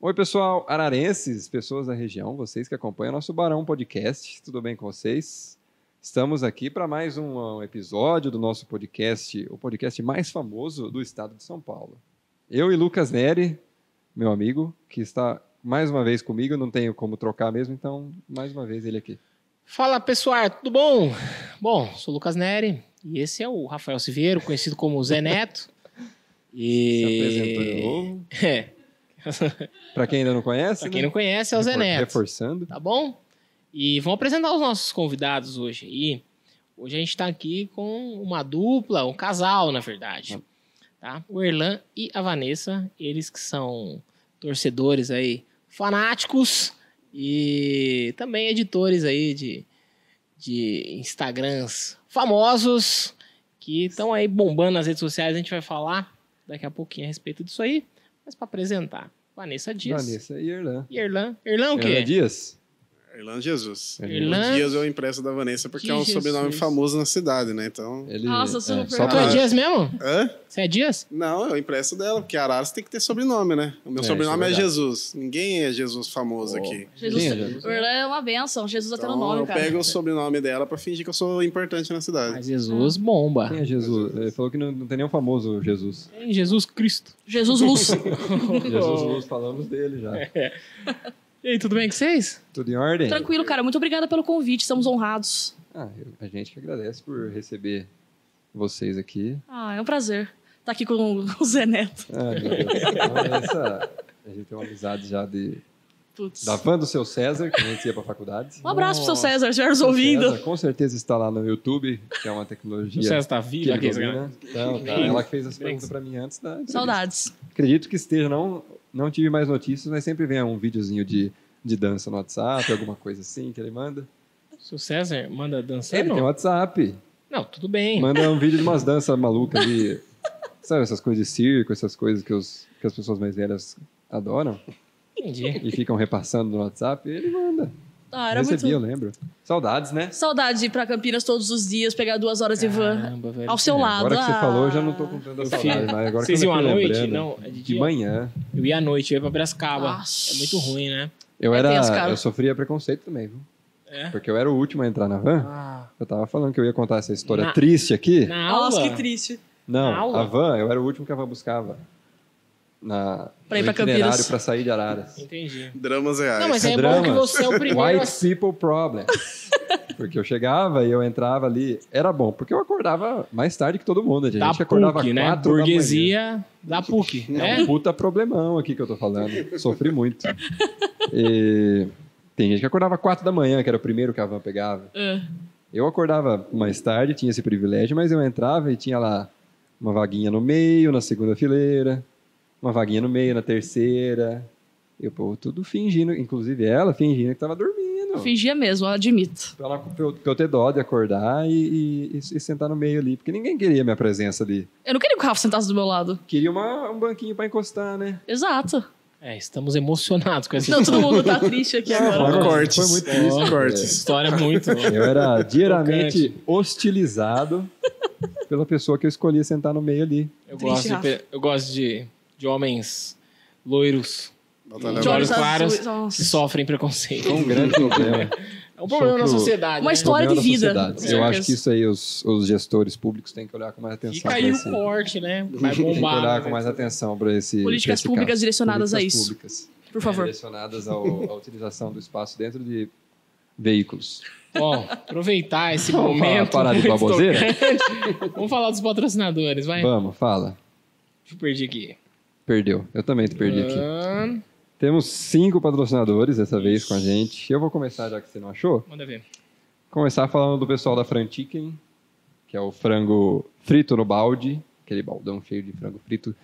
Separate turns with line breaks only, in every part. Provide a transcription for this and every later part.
Oi, pessoal, ararenses, pessoas da região, vocês que acompanham o nosso Barão Podcast, tudo bem com vocês? Estamos aqui para mais um episódio do nosso podcast, o podcast mais famoso do estado de São Paulo. Eu e Lucas Neri, meu amigo, que está mais uma vez comigo, não tenho como trocar mesmo, então mais uma vez ele aqui.
Fala pessoal, tudo bom? Bom, sou o Lucas Neri e esse é o Rafael Siveiro, conhecido como Zé Neto.
Se apresentou de
E.
novo.
É,
Para quem ainda não conhece,
pra quem
né?
não conhece, é o Zé
Refor-
Neto.
Reforçando.
Tá bom? E vamos apresentar os nossos convidados hoje aí. Hoje a gente tá aqui com uma dupla, um casal, na verdade. Tá? O Erlan e a Vanessa, eles que são torcedores aí, fanáticos e também editores aí de, de Instagrams famosos que estão aí bombando nas redes sociais. A gente vai falar daqui a pouquinho a respeito disso aí. Mas para apresentar, Vanessa Dias
Vanessa e Irlan.
e Erlan. Erlan o quê?
Irlan Dias.
Irlan Jesus.
Irlan-
O Dias é o impresso da Vanessa porque é um
Jesus.
sobrenome famoso na cidade, né? Então.
Ele,
Nossa, eu sou
é,
no
só
Tu
programa.
é
pra...
Dias mesmo?
Hã?
Você é Dias?
Não, é o impresso dela, porque Araras tem que ter sobrenome, né? O meu
É, isso
sobrenome
é
é,
verdade.
Jesus. Ninguém é Jesus famoso
Oh.
aqui.
Jesus,
Quem é Jesus?
o Erlan é uma benção. Jesus até no
Então,
nome,
eu
cara.
pego o sobrenome dela pra fingir que eu sou importante na cidade.
Mas Ah, Jesus bomba.
Quem é Jesus? Ele falou que não, não tem nenhum famoso Jesus.
Em Jesus Cristo.
Jesus Luz.
Jesus Luz, falamos dele já.
E aí, tudo bem com vocês?
Tudo em ordem?
Tranquilo, cara. Muito obrigada pelo convite. Estamos honrados.
Ah, eu- a gente que agradece por receber vocês aqui.
Ah, é um prazer estar aqui com o Zé Neto.
Ah, meu Deus. Então, essa- a gente tem uma amizade já de...
Putz.
da fã do seu César, que a gente ia pra faculdade.
Um abraço pro seu
Nossa.
César, já nos ouvindo.
César, com certeza está lá no YouTube, que é uma tecnologia.
Sucesso tá
que
vivo
ele
aqui, esse cara.
domina. Então, tá. Ela que fez as perguntas pra mim antes da. entrevista.
Saudades.
Acredito que esteja, não, não tive mais notícias, mas sempre vem um videozinho de, de dança no WhatsApp, alguma coisa assim que ele manda.
Seu César manda
Ele
dançando?
tem WhatsApp.
Não, tudo bem.
Manda um vídeo de umas danças malucas de. Sabe, essas coisas de circo, essas coisas que, os, que as pessoas mais velhas adoram
Entendi.
e ficam repassando no WhatsApp. Ele manda.
Ah, era
Recebi,
muito.
eu lembro. Saudades, né?
Saudade de ir pra Campinas todos os dias, pegar duas horas de van.
Caramba, velho.
Ao seu
É,
lado.
Agora que você
Ah.
falou, eu já não tô com tanta
Eu
saudade,
fiz-
mas agora
Vocês
que eu
iam à
tô
noite?
lembrando,
Não, é de
de
dia.
manhã.
Eu ia à noite, eu ia pra Piracicaba.
Nossa.
É muito ruim, né?
Eu
É
era.
tenso, cara.
eu sofria preconceito também, viu?
É.
Porque eu era o último a entrar na van.
Ah,
Eu tava falando que eu ia contar essa história
Na-
triste aqui.
na aula.
Nossa, que triste.
Não,
na aula?
a van, eu era o último que a van buscava. Na,
Pra ir
no
pra Campinas.
itinerário pra sair de Araras.
Entendi.
Dramas
Ah,
reais.
Não, mas é
Dramas.
bom que você é o primeiro. a-
White people problem. Porque eu chegava e eu entrava ali. Era bom, porque eu acordava mais tarde que todo mundo. A gente
Da
acordava
PUC, né?
quatro da manhã.
Burguesia da PUC,
É
né?
um puta problemão aqui que eu tô falando. Sofri muito. E tem gente que acordava quatro da manhã, que era o primeiro que a van pegava.
É.
Eu acordava mais tarde, tinha esse privilégio, mas eu entrava e tinha lá uma vaguinha no meio, na segunda fileira, uma vaguinha no meio, na terceira. E o povo tudo fingindo, inclusive ela fingindo que tava dormindo.
Fingia mesmo, eu admito.
Pra, ela, pra, eu, pra eu ter dó de acordar e, e- e- e sentar no meio ali, porque ninguém queria minha presença ali.
Eu não queria que o Rafa sentasse do meu lado.
Queria uma- um banquinho pra encostar, né?
Exato.
É, estamos emocionados com essa
Não, todo mundo tá triste aqui agora.
Foi
Cortes.
muito triste,
Ó,
né?
cortes.
história é muito.
Eu era diariamente hostilizado pela pessoa que eu escolhia sentar no meio ali.
Eu
Triste,
gosto, de,
Rafa.
pe- eu gosto de, de homens loiros
Batalha
De olhos
agora.
claros
azuis, nossa.
que sofrem preconceito.
Foi um grande problema.
É um problema na
Sofro-
sociedade.
Uma
né?
história-
Problema
de
da
vida.
sociedade.
Com
Eu acho
certeza.
que isso aí os, os gestores públicos têm que olhar com mais atenção.
Fica
pra
aí
esse-
o corte, né? Vai
Tem que
bombar.
olhar
né?
com mais atenção para esse. pra
Políticas
esse
públicas
caso.
direcionadas
Políticas
a isso.
públicas,
Por
né,
favor.
Direcionadas ao- à utilização do espaço dentro de veículos.
Bom, aproveitar esse
Vamos falar
momento.
parar de
muito
baboseira?
tocante. Vamos falar dos patrocinadores, vai.
Vamos, fala.
Deixa eu perder aqui.
Perdeu. Eu também te perdi aqui.
Ahn,
Temos cinco patrocinadores dessa vez com a gente. Eu vou começar, já que você não achou.
manda ver.
Começar falando do pessoal da Frantiken, que é o frango frito no balde, aquele baldão cheio de frango frito,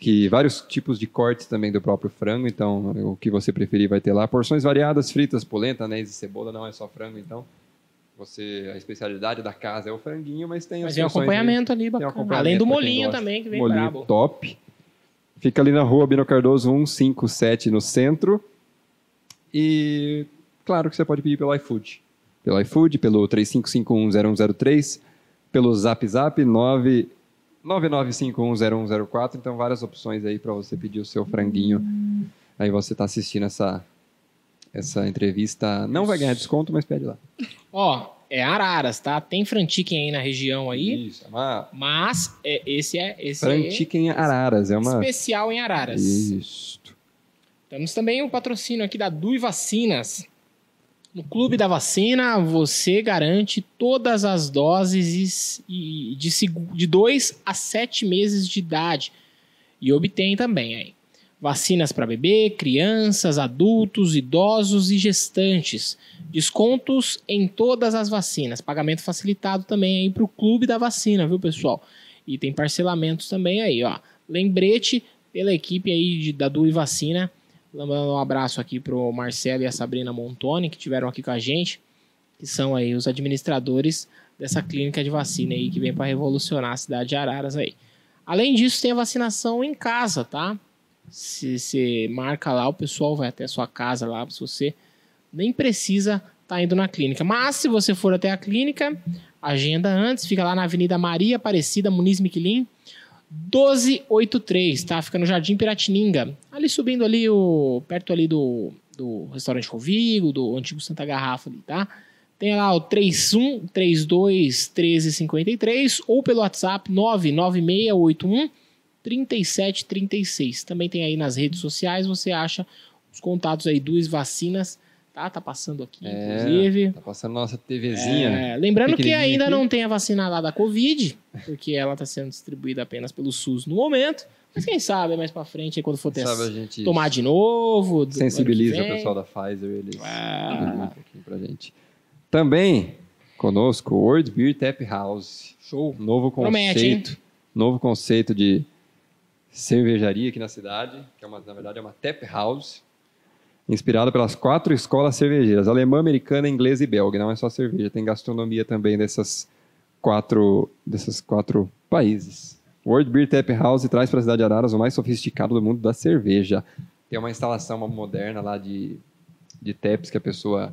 que vários tipos de cortes também do próprio frango, então o que você preferir vai ter lá. Porções variadas, fritas, polenta, anéis e cebola, não é só frango, então você a especialidade da casa é o franguinho, mas tem
Mas
as
tem um
porções aí.
acompanhamento ali,
Tem um
bacana.
acompanhamento
Além do
pra quem
molinho
gosta.
também, que vem
Molinho
brabo.
top. Fica ali na rua Bino Cardoso 157, no centro. E claro que você pode pedir pelo iFood. Pelo iFood, pelo 35510103, pelo Zap Zap 9 99510104. Então, várias opções aí para você pedir o seu franguinho Aí você está assistindo essa, essa entrevista. Não vai ganhar desconto, mas pede lá.
Ó, é Araras, tá? Tem Frantiquem aí na região aí.
Isso, é uma
Mas é, esse é esse
Frantiquem Araras. É
é
uma.
especial em Araras.
Isso.
Temos também o patrocínio aqui da Dui Vacinas. No Clube da Vacina, você garante todas as doses e- e de 2 de dois a 7 meses de idade. E obtém também aí. Vacinas para bebê, crianças, adultos, idosos e gestantes. Descontos em todas as vacinas. Pagamento facilitado também aí para o Clube da Vacina, viu, pessoal? E tem parcelamentos também aí, ó. Lembrete pela equipe aí de, da Dui Vacina. Mandando um abraço aqui pro Marcelo e a Sabrina Montoni, que tiveram aqui com a gente, que são aí os administradores dessa clínica de vacina aí, que vem para revolucionar a cidade de Araras aí. Além disso, tem a vacinação em casa, tá? Se você marca lá, o pessoal vai até a sua casa lá, se você nem precisa estar indo na clínica. Mas se você for até a clínica, agenda antes, fica lá na Avenida Maria Aparecida, Muniz Miquelin, 1283, tá? Fica no Jardim Piratininga. Ali subindo ali o perto ali do, do restaurante Rovigo, do antigo Santa Garrafa ali, tá? Tem lá o 31 32 13 53 ou pelo WhatsApp 99681 3736. Também tem aí nas redes sociais, você acha os contatos aí dos vacinas, tá? Tá passando aqui,
É.
inclusive.
Tá passando nossa né? TVzinha.
É, lembrando que
pequenininha
ainda
aqui.
não tem a vacina lá da Covid, porque ela está sendo distribuída apenas pelo SUS no momento. Mas quem sabe é mais pra frente, aí, quando for
Quem
ter
sabe a gente
tomar de novo. do-
sensibiliza
ano que
o
vem.
pessoal da Pfizer. Eles divulgam um
Ah,
pouquinho pra gente. Também conosco, World Beer Tap House.
show.
Novo
Promete,
conceito. novo conceito de cervejaria aqui na cidade, que é uma, na verdade é uma tap house, inspirada pelas quatro escolas cervejeiras, alemã, americana, inglesa e belga. Não é só cerveja, tem gastronomia também dessas quatro, dessas quatro países. World Beer Tap House traz para a cidade de Araras o mais sofisticado do mundo da cerveja. Tem uma instalação moderna lá de, de taps que a pessoa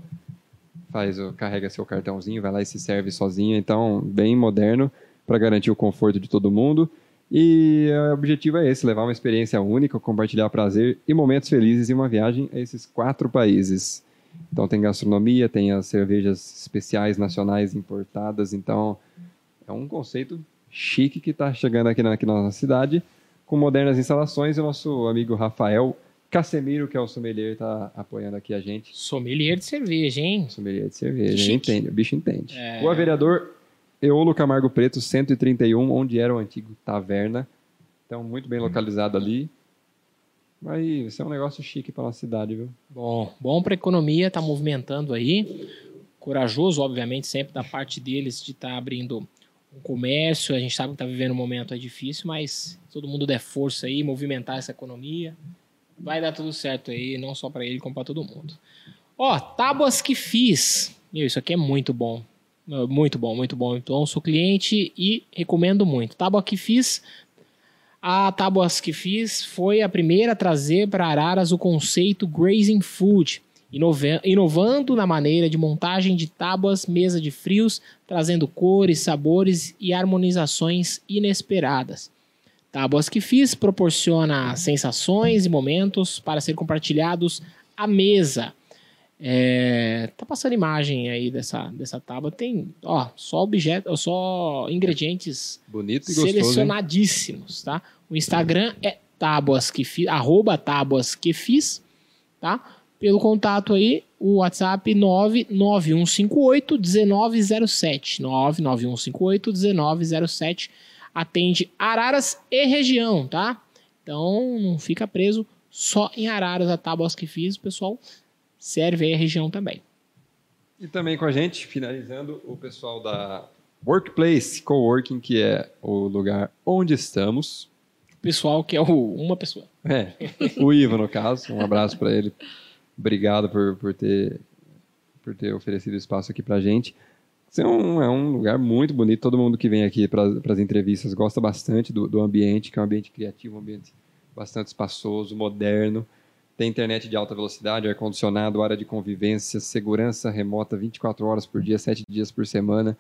faz, o- carrega seu cartãozinho, vai lá e se serve sozinha. Então, bem moderno para garantir o conforto de todo mundo. E eh, o objetivo é esse: levar uma experiência única, compartilhar prazer e momentos felizes em uma viagem a esses quatro países. Então tem gastronomia, tem as cervejas especiais nacionais importadas. Então é um conceito chique que está chegando aqui na, aqui na nossa cidade, com modernas instalações. E o nosso amigo Rafael Casemiro, que é o sommelier, está apoiando aqui a gente.
Sommelier de cerveja, hein?
Sommelier de cerveja,
Chique.
ele entende, o bicho entende.
É.
O vereador Eolo Camargo Preto, 131, onde era o antigo Taverna. Então, muito bem localizado ali. Mas isso é um negócio chique para nossa cidade, viu?
Bom, bom pra economia, tá movimentando aí. Corajoso, obviamente, sempre da parte deles de estar abrindo um comércio. A gente sabe que tá vivendo um momento é difícil, mas todo mundo der força aí, movimentar essa economia. Vai dar tudo certo aí, não só pra ele, como pra todo mundo. Ó, tábuas que fiz. Meu, isso aqui é muito bom. Meu, Muito bom, muito bom. Então, sou cliente e recomendo muito. Tábua que fiz a Tábuas que fiz foi a primeira a trazer para Araras o conceito grazing food, inove- inovando na maneira de montagem de tábuas, mesa de frios, trazendo cores, sabores e harmonizações inesperadas. Tábuas que fiz proporciona sensações e momentos para ser compartilhados à mesa. É, tá passando imagem aí dessa, dessa tábua. Tem ó, só objeto, só ingredientes
Bonito e gostoso. hein?
selecionadíssimos, tá? O Instagram é tábuas que fiz, arroba tábuas que fiz, tá? Pelo contato aí, o WhatsApp 99158 1907. 99158 1907. Atende Araras e região, tá? Então não fica preso só em Araras a tábuas que fiz, o pessoal. Serve aí a região também.
E também com a gente, finalizando, o pessoal da Workplace Coworking, que é o lugar onde estamos.
O pessoal que é o- uma pessoa.
É, o Ivo, no caso. Um abraço para ele. Obrigado por, por, ter, por ter oferecido espaço aqui pra gente. Isso É um, é um lugar muito bonito. Todo mundo que vem aqui para as entrevistas gosta bastante do, do ambiente, que é um ambiente criativo, um ambiente bastante espaçoso, moderno. Tem internet de alta velocidade, ar-condicionado, área de convivência, segurança remota 24 horas por dia, 7 dias por semana,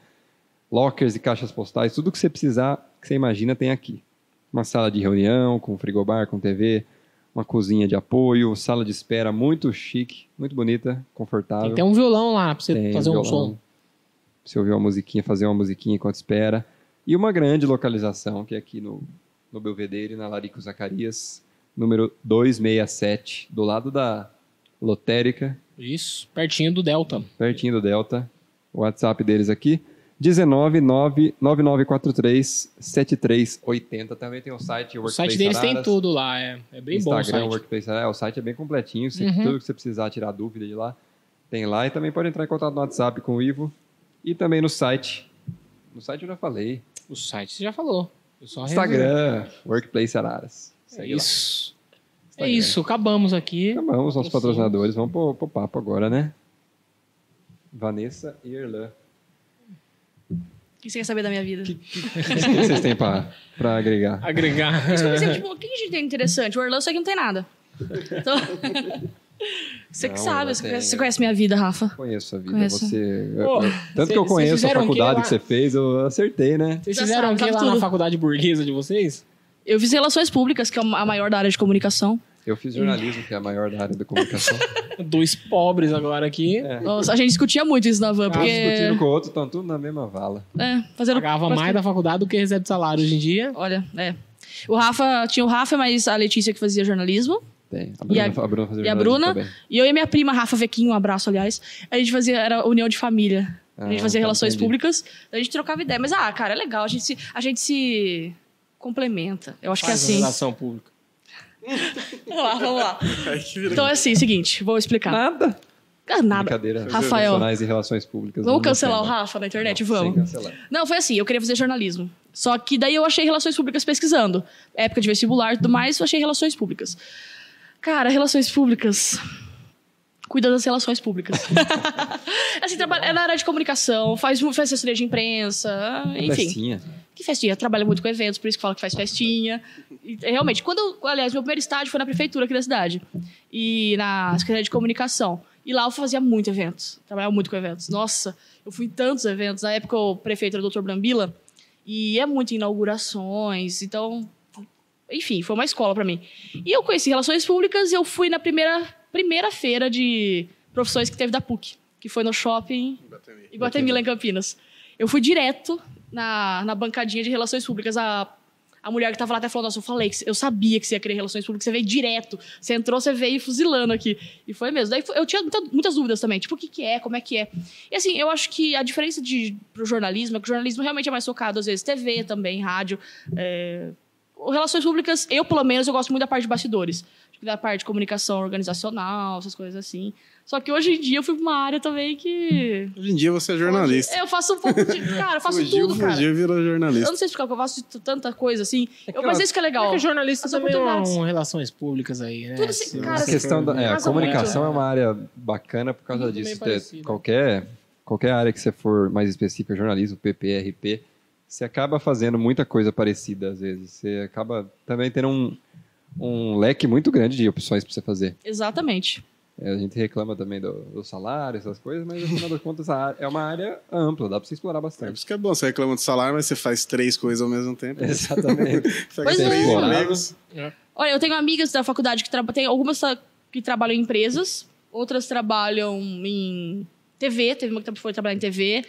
lockers e caixas postais, tudo que você precisar, que você imagina, tem aqui uma sala de reunião, um com frigobar, com TV, uma cozinha de apoio, sala de espera muito chique, muito bonita,
Tem
confortável.
até um violão lá pra você
Tem
fazer um
violão.
som.
Você ouvir uma musiquinha, fazer uma musiquinha enquanto espera. E uma grande localização, que é aqui no, no Belvedere, na Larico Zacarias, número 267, do lado da lotérica,
Isso, pertinho do Delta.
pertinho do Delta. O WhatsApp deles aqui, 19999437380. Também tem o site
O
Workplace
site deles tem
Araras,
tudo lá, é, é bem
Instagram,
bom o site.
Workplace Araras. É, o site é bem completinho. se-
Uhum.
Tudo que você precisar tirar dúvida de lá, tem lá. E também pode entrar em contato no WhatsApp com o Ivo. E também no site. No site eu já falei.
O site você já falou. Eu só
Instagram, Workplace Araras.
resumo. É
Segue
isso. É
Instagram.
isso, acabamos aqui.
lá. Acabamos os nossos
Patrocínio.
patrocinadores. Vamos pro, pro papo agora, né? Vanessa e Erlan.
O que você quer saber da minha vida?
O que vocês têm pra, pra agregar?
Agregar.
Isso que eu pensei, tipo, o que a gente tem interessante? O Orlando só que não tem nada. Então... Você que
Não,
sabe,
eu
você
tenho.
conhece, você conhece minha vida, Rafa.
Conheço a vida.
Conheço.
Você.
Pô,
eu- tanto que eu
vocês
conheço a
fizeram
faculdade
aquilo
que você fez, eu acertei, né?
Vocês
Já
fizeram o que
sabe, sabe
lá na
tudo.
faculdade burguesa de vocês?
Eu fiz relações públicas, que é a maior da área de comunicação.
Eu fiz jornalismo, que é a maior da área da comunicação.
Dois pobres agora aqui.
É.
Nossa, a gente discutia muito isso na van,
Um
porque.
discutindo com o outro, estão tudo na mesma vala.
É, fazendo.
Pagava mais da faculdade do que recebe salário hoje em dia.
Olha, é. O Rafa, tinha o Rafa, mas a Letícia que fazia jornalismo.
Tem. A
E
Bruna,
a-
a, Bruna fazia
e a
jornalismo
Bruna?
também.
E eu e minha prima, Rafa Vequinho, um abraço, aliás. A gente fazia, era união de família. A gente
Ah,
fazia
tá,
relações
entendi.
públicas, a gente trocava ideia. Mas, ah, cara, é legal, a gente se, a gente se complementa. Eu acho
Faz
que é assim.
Relação pública.
Vamos lá, vamos lá.
Aí que vira-
Então é assim, seguinte, vou explicar.
Nada.
Ah, nada.
Brincadeira.
Rafael.
Profissionais em relações públicas.
Vamos
não
cancelar o
ofenda.
Rafa na internet,
Não,
vamos.
Sem cancelar.
Não, foi assim, eu queria fazer jornalismo. Só que daí eu achei relações públicas pesquisando. Época de vestibular e tudo mais, eu achei relações públicas. Cara, relações públicas. Cuida das relações públicas. assim, trabalha, é na área de comunicação, faz, mu- faz assessoria de imprensa, enfim.
Festinha.
Que festinha? Trabalha muito com eventos, por isso que fala que faz festinha. E, é, realmente, quando eu, aliás, meu primeiro estágio foi na prefeitura aqui da cidade. E na Secretaria de Comunicação. E lá eu fazia muito eventos. Trabalhava muito com eventos. Nossa, eu fui em tantos eventos. Na época o prefeito era o Dr. Brambila. E é muito em inaugurações. Então, enfim, foi uma escola pra mim. E eu conheci relações públicas e eu fui na primeira, primeira feira de profissões que teve da PUC, que foi no shopping
Iguatemi.
Iguatemi, lá em Campinas. Eu fui direto na, na bancadinha de relações públicas. A, a mulher que tava lá até falou: Nossa, eu falei que cê- eu sabia que você ia querer relações públicas, você veio direto. Você entrou, você veio fuzilando aqui. E foi mesmo. Daí foi- eu tinha muita- muitas dúvidas também, tipo, o que, que é, como é que é. E assim, eu acho que a diferença de, pro jornalismo é que o jornalismo realmente é mais focado, às vezes, TV também, rádio. é, o Relações públicas, eu, pelo menos, eu gosto muito da parte de bastidores. Tipo, da parte de comunicação organizacional, essas coisas assim. Só que hoje em dia eu fui pra uma área também que.
Hoje em dia você é jornalista.
Eu faço um pouco de. Cara, eu faço
fugiu,
tudo, cara.
fugiu e virou
Eu
jornalista.
não sei explicar, porque eu faço de t- tanta coisa assim. Eu,
que
mas
ela-
isso que é
É
legal.
que o jornalista
As
também é um,
oportunidades.
um relações públicas aí, né?
Tudo se-
Se
cara,
você
a questão
for
da é, a
Casa
comunicação
muito.
é uma área bacana por causa
Muito bem
disso. Ter-
parecido.
qualquer, qualquer área que você for mais específica, jornalismo, PPRP, você acaba fazendo muita coisa parecida às vezes. Você acaba também tendo um, um leque muito grande de opções para você fazer.
Exatamente.
É, a gente reclama também do, do salário, essas coisas, mas no final das contas a área- é uma área ampla, dá para você explorar
É por
bastante.
isso que é bom, você reclama do salário, mas você faz três coisas ao mesmo tempo.
Exatamente.
Pega
Pois
três
é.
empregos.
Olha, eu tenho amigas da faculdade que trabalham. Tem algumas tra- que trabalham em empresas, outras trabalham em TV. Teve uma que tra- foi trabalhar em TV,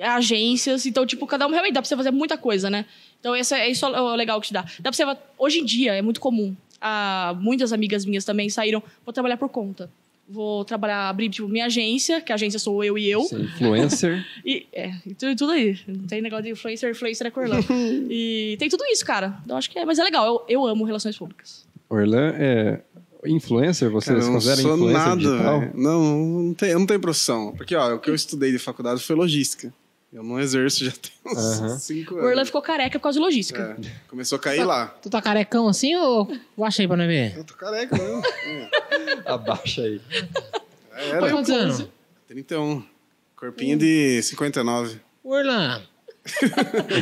agências. Então, tipo, cada um realmente dá pra você fazer muita coisa, né? Então, esse é isso é o legal que te dá. Dá pra você. Hoje em dia é muito comum. Ah, muitas amigas minhas também saíram. Vou trabalhar por conta. Vou trabalhar, abrir, tipo, minha agência, que a agência sou eu e eu.
Você é influencer,
E, é, e tudo, tudo aí. Não tem negócio de influencer, influencer é Corlan. e tem tudo isso, cara. Eu acho que é, mas é legal. Eu, eu amo relações públicas.
Orlan é influencer, você
Cara,
se
eu não
considera
sou
influencer
nada,
digital?
velho. Não, não tem, eu não tenho profissão. Porque, ó, o que eu estudei de faculdade foi logística. Eu não exerço já tem uns
Aham.
cinco
O
anos.
Orlan ficou careca por causa de logística.
É, começou a cair lá.
Tu tá carecão assim ou baixa aí pra nós ver?
Eu tô careca, não. É,
Abaixa aí.
Era
um- Quantos anos?
31. Corpinho de 59.
Orlan,
O que,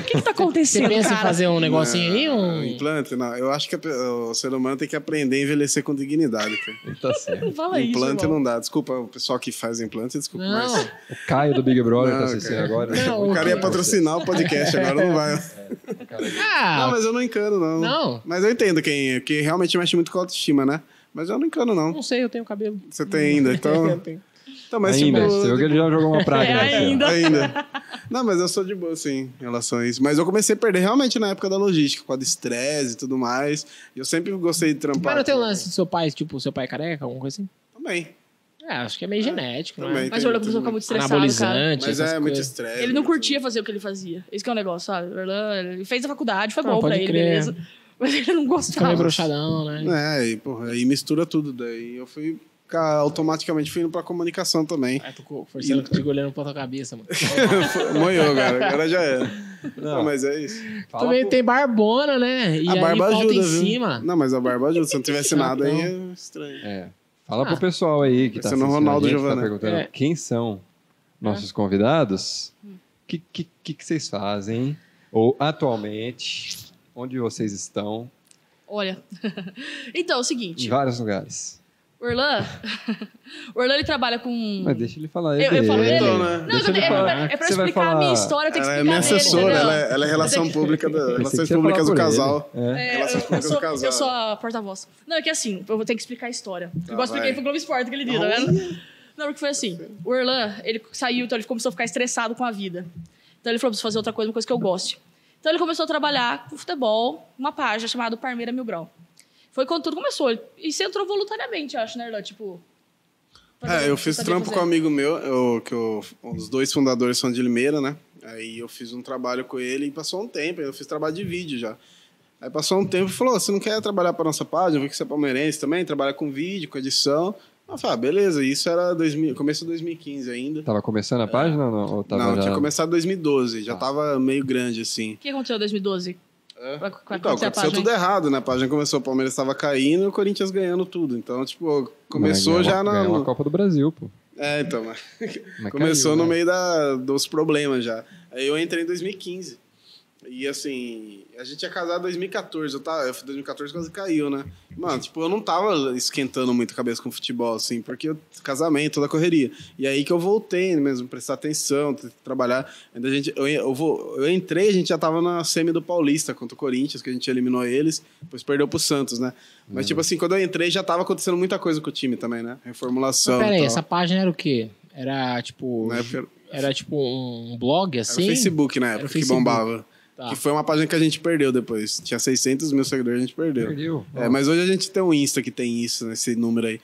que tá
Você
acontecendo,
pensa em
cara?
fazer um negocinho aí?
Um
Ah,
Um...
implante? Não, eu acho que a pe- o ser humano tem que aprender a envelhecer com dignidade, cara.
Tá certo.
Não fala
implante
isso, irmão.
não dá. Desculpa, o pessoal que faz implante, desculpa.
Não,
Mas
O Caio do Big Brother
Não,
tá assistindo
cara.
agora.
Não,
o cara ia
Não,
patrocinar o podcast, agora não vai. Não,
ah,
mas eu não encano, não.
não.
Mas eu entendo quem, que realmente mexe muito com a autoestima, né? Mas eu não encano, não.
Não sei, eu tenho cabelo.
Você tem ainda, então. então mas
ainda,
tipo,
você viu que ele já jogou uma praga.
É,
né, Luciano?
ainda.
Ainda. Não, mas eu sou de boa, sim, em relação a isso. Mas eu comecei a perder realmente na época da logística, com a de estresse e tudo mais. E eu sempre gostei de trampar.
Mas não tem o
com-
lance do seu pai, tipo, seu pai é careca, alguma coisa assim?
Também.
É, acho que é meio genético,
Ah, também.
né?
Mas o Orlan começou a ficar muito estressado, cara.
Anabolizante,
Mas
essas
é muito
coisas.
estresse.
Ele não
muito-
curtia fazer o que ele fazia. Esse que é o negócio, sabe? O Orlan, ele fez a faculdade, foi
Ah,
bom pra
pode
ele,
crer.
beleza. Mas ele não
Fica meio
gostava.
broxadão, né?
É, e porra, aí mistura tudo. Daí eu fui. ca- Automaticamente fui indo pra comunicação também.
Aí tô forçando contigo olhando pra tua cabeça, mano. tá.
Moiou, cara. Agora já era.
Não.
Não, mas é isso.
Fala
Também
pro-
tem barbona, né? E
a
aí
barba
falta
ajuda,
em
viu?
cima.
Não, mas a barba ajuda. Se não tivesse nada aí,
Não.
é estranho.
É. Fala
Ah.
pro pessoal aí que tá
Parecendo
assistindo
o Ronaldo
a gente, tá
Giovanna.
perguntando
É.
quem são nossos
É.
convidados,
Hum.
o que, que, que, que vocês fazem, ou atualmente, onde vocês estão,
Olha. então, é o seguinte.
em vários lugares.
O Orlan... o Orlan, ele trabalha com...
Mas deixa ele falar.
Hum. Eu- eu
dele.
falo
dele, né?
Não,
Deixa
eu-
ele
é,
falar.
é pra
Você vai
explicar
falar-
a minha história, eu tenho que
Ela é
explicar
minha
dele,
assessora,
entendeu?
ela é, ela é relação pública, da,
Eu pensei que
relações
você ia falar
públicas do
por ele.
casal.
É.
É, eu,
Relações
eu sou,
públicas do
eu
casal.
sou a porta-voz. Não, é que assim, eu vou ter que explicar a história.
Tá,
Igual eu expliquei
vai.
pro Globo Esporte aquele dia, tá vendo? Não, porque foi assim, o Orlan, ele saiu, então ele começou a ficar estressado com a vida. Então ele falou, preciso fazer outra coisa, uma coisa que eu goste. Então ele começou a trabalhar com futebol, uma página chamada Parmeira Mil Grau. Foi quando tudo começou. ele- E você entrou voluntariamente, eu acho, né, Orlan? Tipo...
É, eu fiz trampo com um amigo meu, eu, que eu- os dois fundadores são de Limeira, né? Aí eu fiz um trabalho com ele e passou um tempo, eu fiz trabalho de vídeo já. Aí passou um tempo e falou: "Ô, você não quer trabalhar para nossa página? Eu vi que você é palmeirense também, trabalha com vídeo, com edição. Eu falei: ah, beleza, isso era 2000, começo de 2015 ainda.
Tava começando a página ou não? Ou tava
É. não,
já...
tinha começado em 2012, já
Tá.
tava meio grande assim.
O que aconteceu em 2012?
É.
Com a- com a-
Então,
com a
aconteceu
página?
tudo errado, né? A página começou, o Palmeiras estava caindo e o Corinthians ganhando tudo. Então, tipo, começou
Mas ganhou
já
uma- ganhou uma
na.
Copa do Brasil, pô.
É, então, mas
Mas
Começou
caiu,
no
né?
meio da, dos problemas já. Aí eu entrei em 2015. E assim, a gente ia casar em 2014. Eu tava, eu fui 2014 quase caiu, né? Mano, tipo, eu não tava esquentando muito a cabeça com futebol, assim, porque eu, casamento, toda a correria. E aí que eu voltei mesmo, prestar atenção, t- trabalhar. Ainda a gente, eu, eu, vou, eu entrei, a gente já tava na semi do Paulista contra o Corinthians, que a gente eliminou eles, depois perdeu pro Santos, né?
Hum.
Mas, tipo assim, quando eu entrei, já tava acontecendo muita coisa com o time também, né? Reformulação.
Mas pera aí,
e né? tal.
essa página era o quê? Era tipo.
Na época-
Era tipo um blog
é Era
assim?
o Facebook na
Era
época
o
que
Facebook.
bombava.
Tá.
Que foi uma página que a gente perdeu depois. Tinha 600 mil seguidores, a gente perdeu.
Perdeu.
É, mas hoje a gente tem um Insta que tem isso, né, esse número aí.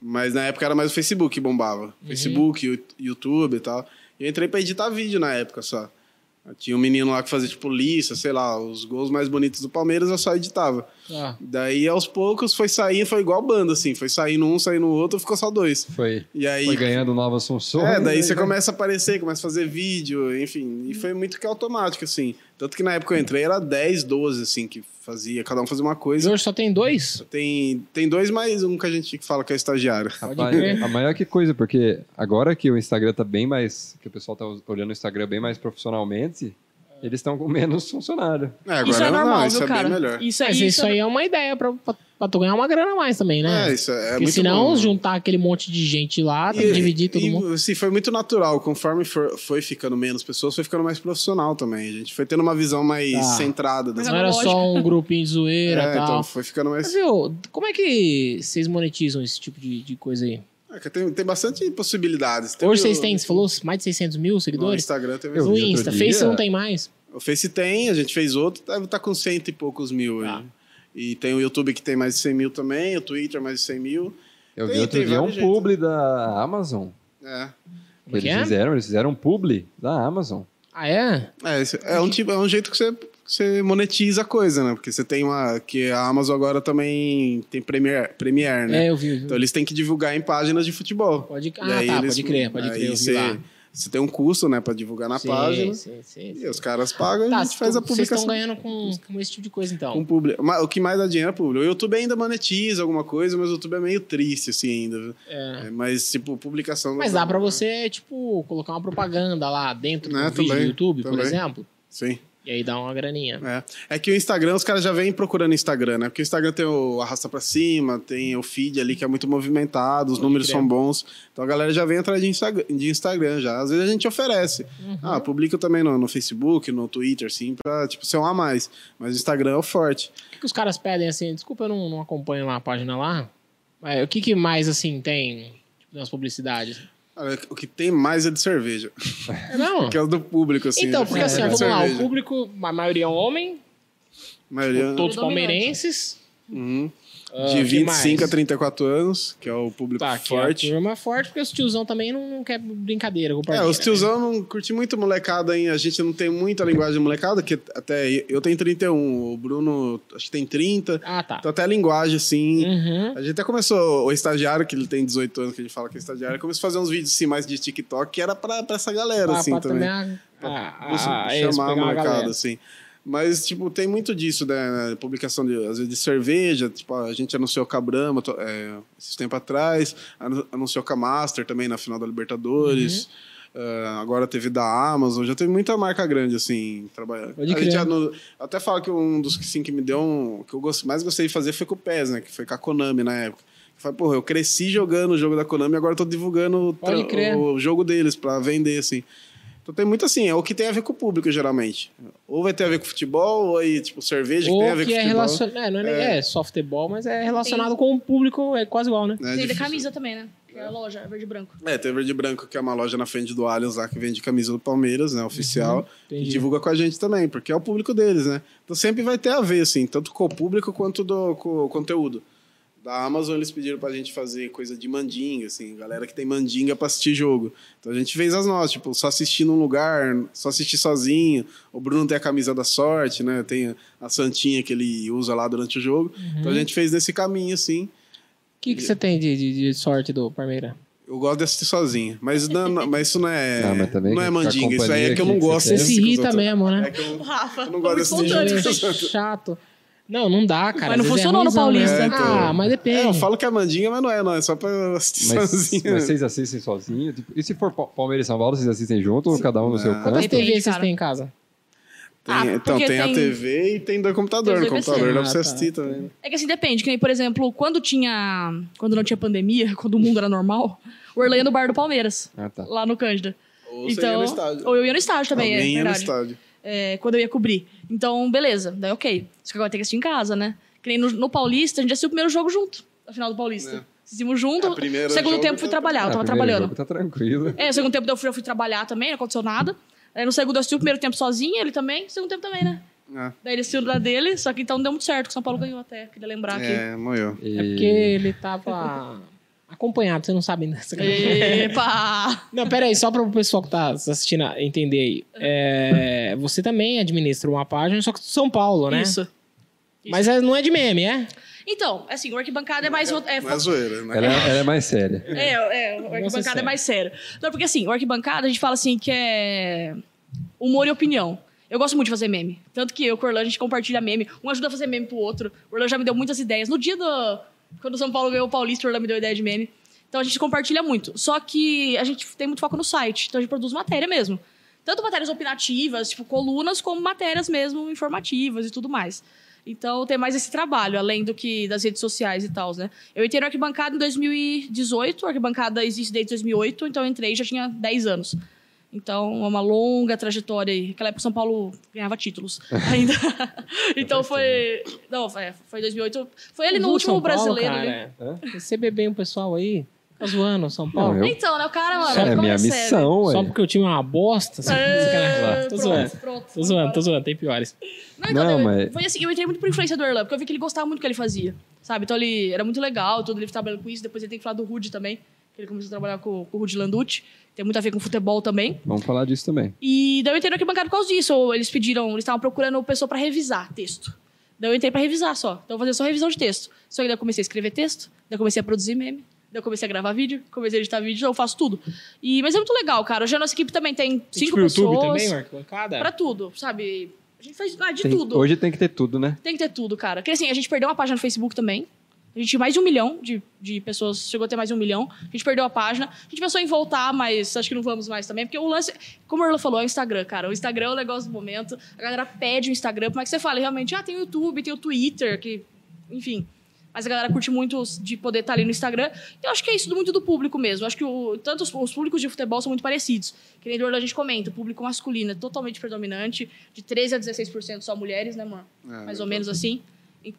Mas na época era mais o Facebook que bombava.
Uhum.
Facebook, Yu- YouTube e tal. E eu entrei pra editar vídeo na época só. Tinha um menino lá que fazia tipo lista, sei lá, os gols mais bonitos do Palmeiras eu só editava.
Tá.
Daí aos poucos foi saindo, foi igual banda assim, foi saindo um, saindo outro, ficou só dois.
Foi,
E aí
foi ganhando né? novas funções.
é, daí
aí
você
já-
começa a aparecer, começa a fazer vídeo, enfim. E foi muito que automático, assim. Tanto que na época que eu entrei era 10, 12, assim, que fazia, cada um fazia uma
E
coisa.
hoje só tem dois?
Tem, tem dois mais um que a gente fala que é estagiário.
Pode
Rapaz,
crer.
a maior que coisa, porque agora que o Instagram tá bem mais. que o pessoal tá olhando o Instagram bem mais profissionalmente, eles estão com menos funcionário.
É, agora
Isso é
não,
normal,
isso
viu,
é
cara?
bem melhor.
Isso, é,
Mas
isso,
isso
é
aí é uma ideia pra, pra, pra tu ganhar uma grana a mais também, né?
né? É, isso é, é
Porque
muito
senão
bom.
juntar aquele monte de gente lá, tem
E-
que dividir todo
e,
mundo.
Assim, foi muito natural. Conforme for- foi ficando menos pessoas, foi ficando mais profissional também. A gente foi tendo uma visão mais
Tá.
centrada das
Mas
Não era só um grupinho de zoeira
É,
e tal.
então foi ficando mais.
Mas, viu, como é que vocês monetizam esse tipo de, de coisa aí?
É, que tem, tem bastante possibilidades. Teve
Hoje vocês
o-
têm, você falou, mais de 600 mil
No
seguidores?
Instagram teve
Eu
No
vi outro
Insta,
dia.
Face não tem mais.
O Face tem, a gente fez outro, deve estar com cento e poucos mil aí.
Tá.
E tem o YouTube que tem mais de 100 mil também, o Twitter mais de 100 mil.
Eu vi
Tem-
outro
tem
dia um
vários jeitos,
publi da Amazon.
É,
Como
Que
que
eles
é?
fizeram, eles fizeram um publi da Amazon.
Ah, é?
é, esse- é um, tipo, é um jeito que você, que você monetiza a coisa, né? Porque você tem uma... Que a Amazon agora também tem Premiere, Premiere né?
É, eu vi. eu vi.
Então eles têm que divulgar em páginas de futebol.
Pode,
E
ah,
aí
tá,
eles-
pode crer, pode
aí
crer, eu vi
você-
lá.
Você tem um custo, né, pra divulgar na
Sim,
página.
Sim, sim, sim.
E os caras pagam e a
Tá,
gente faz a
vocês estão
publicação.
ganhando com, com esse tipo de coisa, então.
Com público. Mas O que mais dá dinheiro é público. O YouTube ainda monetiza alguma coisa, mas o YouTube é meio triste, assim, ainda. É, mas, tipo, publicação...
Mas dá pra você, tipo, colocar uma propaganda lá dentro do
Né,
vídeo
também,
do YouTube, por
também.
exemplo.
Sim.
E aí dá uma graninha.
É. é que o Instagram, os caras já vêm procurando Instagram, né? Porque o Instagram tem o arrasta pra cima, tem o feed ali que é muito movimentado, os
Pode
números
crer.
são bons. Então a galera já vem atrás de Instagram, de Instagram já. Às vezes a gente oferece.
Uhum.
Ah, publica também no, no Facebook, no Twitter, assim, pra tipo, ser um a mais. Mas o Instagram é o forte.
O que, que os caras pedem, assim? Desculpa, eu não, não acompanho lá a página lá. Mas o que, que mais, assim, tem tipo, nas publicidades?
Cara, O que tem mais é de cerveja.
Não.
Que é o do público, assim.
então,
né?
porque assim, ó,
É.
vamos lá, o
Cerveja.
público, a maioria é homem,
A maioria-
todos
Predominante.
palmeirenses.
Uhum.
Ah,
de
que
25 a
mais?
34 anos, que é o público
Tá, que
forte.
A turma é forte, porque os tiozão também não, não quer brincadeira com o
É,
parceiro,
os
né?
tiozão não curte muito molecada, hein? A gente não tem muita linguagem molecada, que até eu tenho 31, o Bruno acho que tem 30.
Ah, tá.
Então até a linguagem, assim.
Uhum.
A gente até começou, o estagiário, que ele tem 18 anos, que a gente fala que é estagiário, começou a fazer uns vídeos assim, mais de TikTok, que era pra, pra essa galera,
Pra-
assim,
pra
também.
a- a-
Você
a- é, isso,
chamar a
pegar uma galera.
molecada, assim. Mas, tipo, tem muito disso, né? Na Publicação, de, às vezes, de cerveja. Tipo, a gente anunciou com a Brahma to- é, esses tempo atrás. anu- Anunciou com a Master também na final da Libertadores.
Uhum.
Ah, agora teve da Amazon. Já teve muita marca grande, assim, trabalhando.
Pode
A gente
crer.
anu- até falo que um dos que, sim, que me deu um... Que eu gost- mais gostei de fazer foi com o PES, né? Que foi com a Konami na época. Eu falei, porra, eu cresci jogando o jogo da Konami, agora eu tô divulgando o tra-
Pode crer.
o jogo deles pra vender, assim. Então tem muito assim, é o que tem a ver com o público, geralmente. Ou vai ter a ver com futebol, ou aí, tipo, cerveja que tem a
Ou
ver
que
com
é
futebol.
relacionado. É, não é, nem- é só futebol, mas é relacionado com o público, é quase igual, né?
né?
Tem da
Difícil.
camisa também, né? Que é a loja, é verde e branco.
É, tem a Verde Branco, que é uma loja na frente do Allianz lá, que vende camisa do Palmeiras, né, oficial. e
Entendi.
divulga com a gente também, porque é o público deles, né? Então sempre vai ter a ver, assim, tanto com o público quanto do, com o conteúdo. Da Amazon eles pediram pra gente fazer coisa de mandinga, assim, galera que tem mandinga pra assistir jogo. Então a gente fez as nossas, tipo, só assistir num lugar, só assistir sozinho. O Bruno tem a camisa da sorte, né? Tem a santinha que ele usa lá durante o jogo.
Uhum.
Então a gente fez nesse caminho, assim.
O que, que você tem de, de- de sorte do Palmeiras?
Eu gosto de assistir sozinho, mas, não, não- mas isso não é,
Não,
não,
mas também
é
com a
mandinga, isso aí é
companhia
que eu não
que você
gosto.
tem.
Você
de
se
assistir com os
irrita
outros.
mesmo, né?
É que eu-
O Rafa,
Eu não gosto desse
muito
jeito.
espontâneo.
Isso é chato. Não, não dá, cara.
Mas não
Às vezes
funcionou no
ruimzão, né?
Paulista.
É, então.
Ah, mas depende.
É, eu falo que é Mandinga, mas não é, não. É só pra eu assistir
Mas,
sozinho.
mas vocês assistem sozinho? Tipo, e se for Pa- Palmeiras e São Paulo, vocês assistem junto, ou cada um no seu
Não.
Quantas
canto?
Depende,
TVs vocês
cara.
têm em casa?
Tem-
Ah,
então,
porque
tem, a
tem-
TV e tem do computador.
Tem os
no computador dá pra
Ah,
você
tá.
assistir também. né?
É que assim, depende. Que nem, por exemplo, quando tinha... Quando não tinha pandemia, quando o mundo era normal, o Orlando ia no bar do Palmeiras,
Ah, tá.
lá no Cândida. Então,
Ou você ia no estádio.
Ou eu ia no estádio também,
Alguém
é
ia no
verdade.
estádio.
é, quando eu ia cobrir. Então, beleza, daí ok. Só que agora tem que assistir em casa, né? Que nem no, no Paulista, a gente assistiu o primeiro jogo junto, a final do Paulista.
É.
Assistimos junto,
A primeira
o Então, segundo
jogo
tempo fui
tá-
trabalhar, eu
Ah,
tava
primeiro
trabalhando.
jogo tá tranquilo.
É, o segundo tempo daí eu fui, eu fui trabalhar também, não aconteceu nada. Aí no segundo eu assisti o primeiro tempo sozinha, ele também, o segundo tempo também, né?
Ah,
Daí ele assistiu lá dele, só que então não deu muito certo, que o São Paulo ganhou até, queria lembrar aqui.
é, moeu.
E-
É porque ele tava acompanhado, você não sabe ainda.
Epa!
Não, pera aí, só para o pessoal que tá assistindo entender aí. É, você também administra uma página, só que de São Paulo, né?
Isso.
Mas é- não é de meme, é?
Então, assim, o arquibancada é mais... vo- É,
Não é zoeira, né?
Ela, ela é mais séria.
É, é, o
Nossa,
arquibancada é
sério.
mais sério. Não, porque assim, o arquibancada a gente fala assim que é humor e opinião. Eu gosto muito de fazer meme. Tanto que eu e o Orlando, a gente compartilha meme. Um ajuda a fazer meme pro outro. O Orlando já me deu muitas ideias. No dia do... Quando o São Paulo ganhou o Paulista, o Orlando me deu ideia de meme. Então a gente compartilha muito. Só que a gente tem muito foco no site. Então a gente produz matéria mesmo. Tanto matérias opinativas, tipo colunas, como matérias mesmo informativas e tudo mais. Então tem mais esse trabalho, além do que das redes sociais e tal, né? Eu entrei no Arquibancada em 2018, a Arquibancada existe desde 2008, então eu entrei e já tinha 10 anos. Então, é uma longa trajetória aí. Naquela época, São Paulo ganhava títulos ainda. então, foi...
né?
Não, foi, foi 2008. Foi ali no
Viu
último
São Paulo,
brasileiro. né?
cara? é.
Hã?
Você bem o pessoal aí, fica zoando São Paulo.
Não, eu-
Então, né? O cara, mano...
é
como
minha
sério?
missão,
Só
ué.
porque o time é uma bosta. assim,
É,
sacanagem. tô
pronto,
zoando.
pronto.
Tô zoando, tô zoando, tem piores.
Não, então,
Não,
eu-
mas-
Foi assim, eu entrei muito por influência do Erlan, porque eu vi que ele gostava muito do que ele fazia, sabe? Então ele era muito legal, tudo, ele trabalhando com isso. Depois ele tem que falar do Rude também, que ele começou a trabalhar com, com o Rude Landucci. Tem muito a ver com futebol também.
Vamos falar disso também.
E daí eu entrei no arquibancada por causa disso. ou Eles pediram, eles estavam procurando pessoa pra revisar texto. Daí eu entrei pra revisar só. Então eu fazia só revisão de texto. Só que daí eu comecei a escrever texto, daí eu comecei a produzir meme. daí Daí Eu comecei a gravar vídeo, comecei a editar vídeo, então eu faço tudo. E, mas é muito legal, cara. Hoje a nossa equipe também tem
E,
cinco
tipo,
pessoas.
YouTube também, Marco? Bancada?
Pra tudo, sabe? A gente faz ah, de
Tem-
tudo.
Hoje tem que ter tudo, né?
Tem que ter tudo, cara. Porque assim, a gente perdeu uma página no Facebook também. A gente tinha mais de um milhão de, de pessoas, chegou a ter mais de um milhão. A gente perdeu a página. A gente pensou em voltar, mas acho que não vamos mais também. Porque o lance, como o Orla falou, é o Instagram, cara. O Instagram é o negócio do momento. A galera pede o Instagram. Como é que você fala? E, Realmente, ah, tem o YouTube, tem o Twitter, que. Enfim. Mas a galera curte muito os- de poder estar ali no Instagram. E eu acho que é isso muito do público mesmo. Eu acho que o, tanto os, os públicos de futebol são muito parecidos. Que nem o Orla a gente comenta, o público masculino é totalmente predominante. De 13% a 16% só mulheres, né, amor?
É.
mais ou menos assim.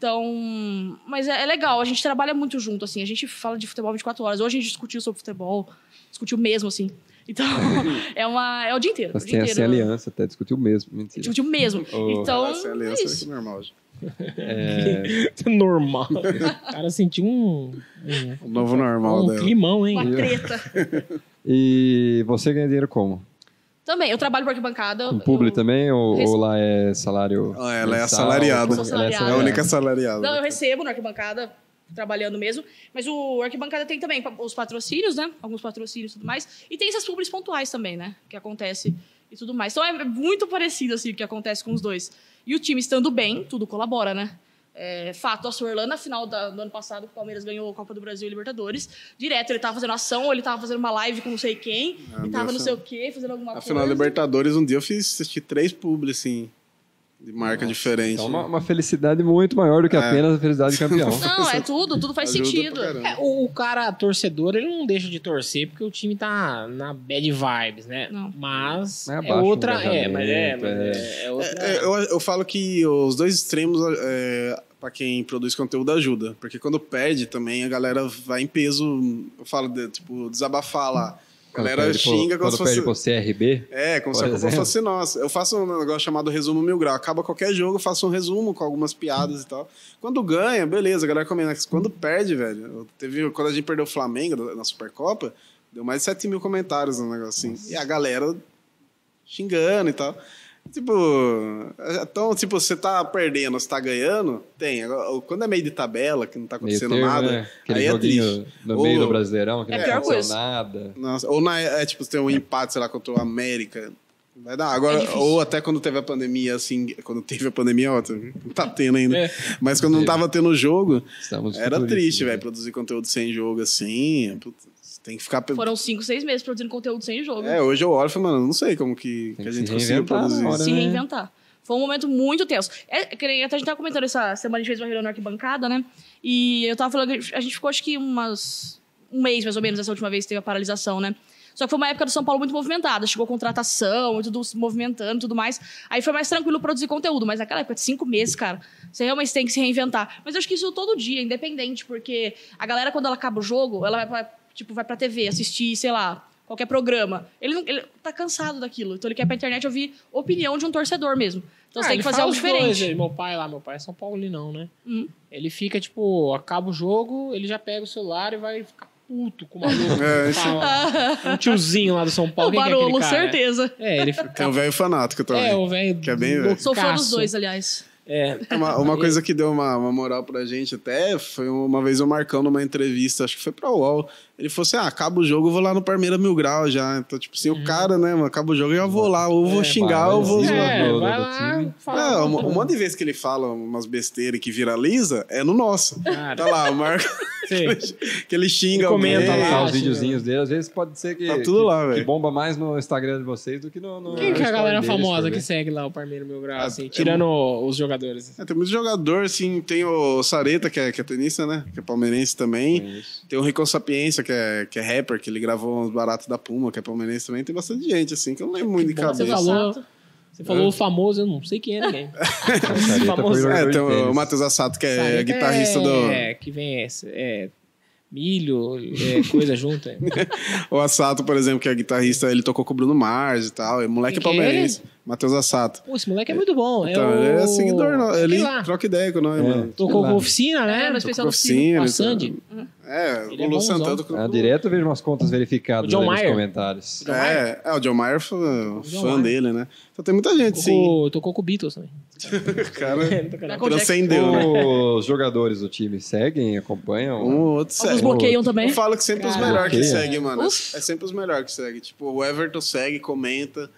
Então, mas é, é legal, a gente trabalha muito junto, assim, a gente fala de futebol 24 horas. Hoje a gente discutiu sobre futebol, discutiu mesmo, assim. Então, é, uma, é o dia inteiro.
Mas
o
tem
dia
essa
inteiro.
aliança, até discutiu mesmo. Mentira.
Discutiu mesmo.
Oh.
Então,
Essa
é
aliança
isso.
é normal. gente.
É.
Normal. O cara sentiu um. um-
O novo normal
um
dela.
climão, hein?
Uma treta.
E você ganha dinheiro como?
Também, eu trabalho por arquibancada.
Com publi
eu-
também ou,
Res-
ou lá é salário?
Ah, ela é
mensal?
assalariada.
Ela é
É a
Sou assalariada.
assalariada.
única assalariada. É,
Não, eu recebo na arquibancada, trabalhando mesmo. Mas o arquibancada tem também pa- os patrocínios, né? Alguns patrocínios e tudo mais. E tem essas publis pontuais também, né? Que acontece e tudo mais. Então é muito parecido, assim, o que acontece com os dois. E o time estando bem, tudo colabora, né? É, fato, a Sorlan, na final da- do ano passado, que o Palmeiras ganhou a Copa do Brasil e Libertadores. Direto, ele tava fazendo ação, ou ele tava fazendo uma live com não sei quem,
Ah,
e
deu
tava não
essa-
sei o quê, fazendo alguma
Afinal,
coisa.
Libertadores, um dia eu fiz assisti três publi, assim, de marca diferente.
Então, uma, uma felicidade muito maior
É.
do que apenas a felicidade de campeão.
Não, é tudo, tudo faz
Ajuda pra
sentido.
caramba.
É, o, o cara torcedor, ele não deixa de torcer porque o time tá na bad vibes, né?
Não.
Mas
Mas
é,
abaixa o
outra. É, mas é, mas
engajamento,
é, é outra.
É, eu, eu falo que os dois extremos, é, para quem produz conteúdo, ajuda. Porque quando perde também, a galera vai em peso. Eu falo, de, tipo, desabafar lá. A
Quando
galera
perde pro-
xinga como
quando
se
perde
fosse.
pro CRB.
É, como
Por
se a culpa
exemplo.
fosse nossa. Eu faço um negócio chamado resumo mil grau. Acaba qualquer jogo, eu faço um resumo com algumas piadas e tal. Quando ganha, beleza, a galera comenta. Mas Quando perde, velho. eu- Teve, quando a gente perdeu o Flamengo na- na Supercopa, deu mais de 7 mil comentários no negócio assim. E a galera xingando e tal. Tipo, então, tipo, você tá perdendo, você tá ganhando? Tem. Agora, Quando é meio de tabela, que não tá
Meio
acontecendo
termo,
nada,
né? Aquele
aí é
joguinho
triste.
no
Ou-
meio do Brasileirão, que
É
não
a pior
aconteceu
coisa.
nada.
Nossa, ou na, é, tipo, tem um empate, sei lá, contra o América. Vai dar. Agora,
É difícil.
ou até quando teve a pandemia, assim, quando teve a pandemia, ó, não tá tendo ainda.
É.
Mas quando não tava tendo jogo,
Estamos
era
futuristas,
triste,
né?
velho, produzir conteúdo sem jogo, assim. Putz, tem que ficar. pe-
Foram cinco, seis meses produzindo conteúdo sem jogo.
É, hoje eu olho e falo, mano, não sei como que,
Tem
que a
que
gente
se
conseguiu
reinventar na
produzir
hora.
isso.
se
né?
reinventar. Foi um momento muito tenso. É, que nem até a gente tava comentando essa semana, a gente fez uma reunião na arquibancada, né? E eu tava falando que a gente ficou acho que umas um mês mais ou menos essa última vez que teve a paralisação, né? Só que foi uma época do São Paulo muito movimentada, chegou contratação e tudo se movimentando e tudo mais. Aí foi mais tranquilo produzir conteúdo, mas naquela época de cinco meses, cara, você realmente tem que se reinventar. Mas eu acho que isso todo dia, independente, porque a galera, quando ela acaba o jogo, ela vai pra, tipo, vai pra TV assistir, sei lá, qualquer programa. Ele, não, ele tá cansado daquilo, então ele quer pra internet ouvir opinião de um torcedor mesmo. Então você
Ah,
tem
ele
que fazer
fala
algo
os dois,
diferente.
ele- meu pai lá, meu pai é São Paulinão, né?
Hum.
Ele fica, tipo, acaba o jogo, ele já pega o celular e vai ficar puto com o maluco.
É,
Fala, um tiozinho lá do São
É
Paulo.
o
quem que é aquele
Ah, Barolo,
cara?
certeza.
É, ele fica.
Tem um velho fanático também.
É, o velho.
Que é bem velho.
Sou fã dos
loucaço.
dois, aliás.
É.
Uma, uma coisa que deu uma, uma moral pra gente até foi um, uma vez o Marcão numa entrevista, acho que foi pra UOL. Ele falou assim: ah, acaba o jogo, eu vou lá no Palmeiras Mil Grau já. Então, tipo assim, o cara, né, mano, acaba o jogo, eu já vou lá, ou vou
Uhum. É,
xingar, ou vou
Os
zoar.
É,
jogadores
vai
do
lá,
time.
fala.
Não, um, um monte de vezes que ele fala umas besteiras que viraliza, é no nosso.
Cara.
Tá lá, o Marco,
Sim.
que ele xinga
Ele comenta
alguém.
lá.
Tá,
acho,
os videozinhos dele, às vezes pode ser que,
Tá tudo
que-
lá,
que
velho.
bomba mais no Instagram de vocês do que no. no
Quem que é a
story
galera
deles,
famosa
por
que
ver.
segue lá o Parmeiro Mil Grau,
Ah,
assim,
é
tirando os jogadores?
É, tem muito jogador, assim, tem o Sareta, que é, que é tenista, né? Que é palmeirense também.
Isso.
Tem o Rico Sapiência, que é, que é rapper, que ele gravou uns baratos da Puma, que é palmeirense também. Tem bastante gente, assim, que eu não lembro muito de
bom que você
cabeça.
falou.
Sato.
Você falou o famoso, eu não sei quem é ninguém.
Sarita foi
famoso-
jogador
É,
de
tem o,
tênis.
o Matheus Assato, que é
Sarita
guitarrista do.
É, que vem esse, é, milho, é, coisa junto. É.
O Assato, por exemplo, que é guitarrista, ele tocou com o Bruno Mars e tal. E moleque é
Quem que é
palmeirense. Matheus Assato.
Pô, esse moleque é muito bom.
Então,
é o...
ele é seguidor, não.
sei
ele
lá,
troca ideia com nós,
É.
mano.
Tocou
Sei
com
lá.
oficina, né?
É, no especial do
Oficina,
Com a
ele-
Sandy.
É,
Ele é
o Lu
bonzão.
Santana do Grupo
Ah, direto eu vejo umas contas verificadas
O John
ali nos
Mayer.
comentários.
John
é, é, o John Mayer foi
O
fã,
John Mayer.
dele, né? Então tem muita gente, sim.
Tocou, tocou com o Beatles também.
O cara
Não toca
Tá
não.
com-
transcendeu, né?
Os jogadores do time seguem, acompanham.
Um ou outro
Alguns
segue.
bloqueiam também.
Eu falo que sempre os
Cara,
melhores que
bloqueia.
seguem, mano. É
Uf.
sempre os melhores que seguem. Tipo, o Everton segue, comenta.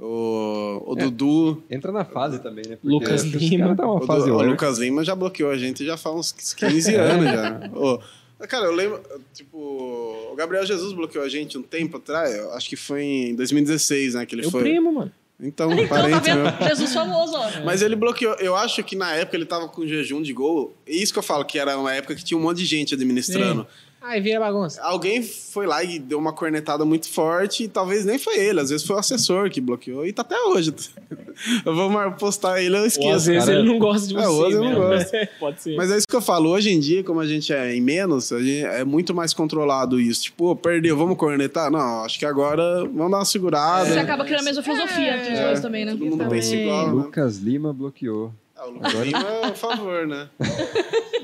O,
É.
o Dudu.
Entra na fase também, né? Porque
Lucas
acho que
Lima.
Os caras dão
O,
uma
Du-
fase
o
over.
Lucas Lima já bloqueou a gente já faz uns 15 anos já. Ô, cara, eu lembro. Tipo, o Gabriel Jesus bloqueou a gente um tempo atrás. eu Acho que foi em 2016, né? Que ele
Meu
foi.
primo, mano.
Então,
Então, tá
parente meu.
vendo? Jesus famoso, ó.
Mas ele bloqueou. Eu acho que na época ele tava com jejum de gol. E isso que eu falo, que era uma época que tinha um monte de gente administrando.
Aí vira bagunça.
Alguém foi lá e deu uma cornetada muito forte, e talvez nem foi ele, às vezes foi o assessor que bloqueou, e tá até hoje. Eu vou mar- postar ele, eu
Ou às
esqueço.
vezes
cara-
ele não gosta de
É,
você.
ou às vezes eu não
mesmo, né? Pode ser.
Mas é isso que eu falo, hoje em dia, como a gente é em menos, a gente é muito mais controlado isso. Tipo, "Ô, perdeu, vamos cornetar? Não, acho que agora vamos dar uma segurada.
Você acaba criando a
É.
mesma filosofia entre os dois É. também, né?
É. Todo mundo
Também.
pensa igual, né?
Lucas Lima bloqueou.
Ah, o Lucas Lima é a favor, né?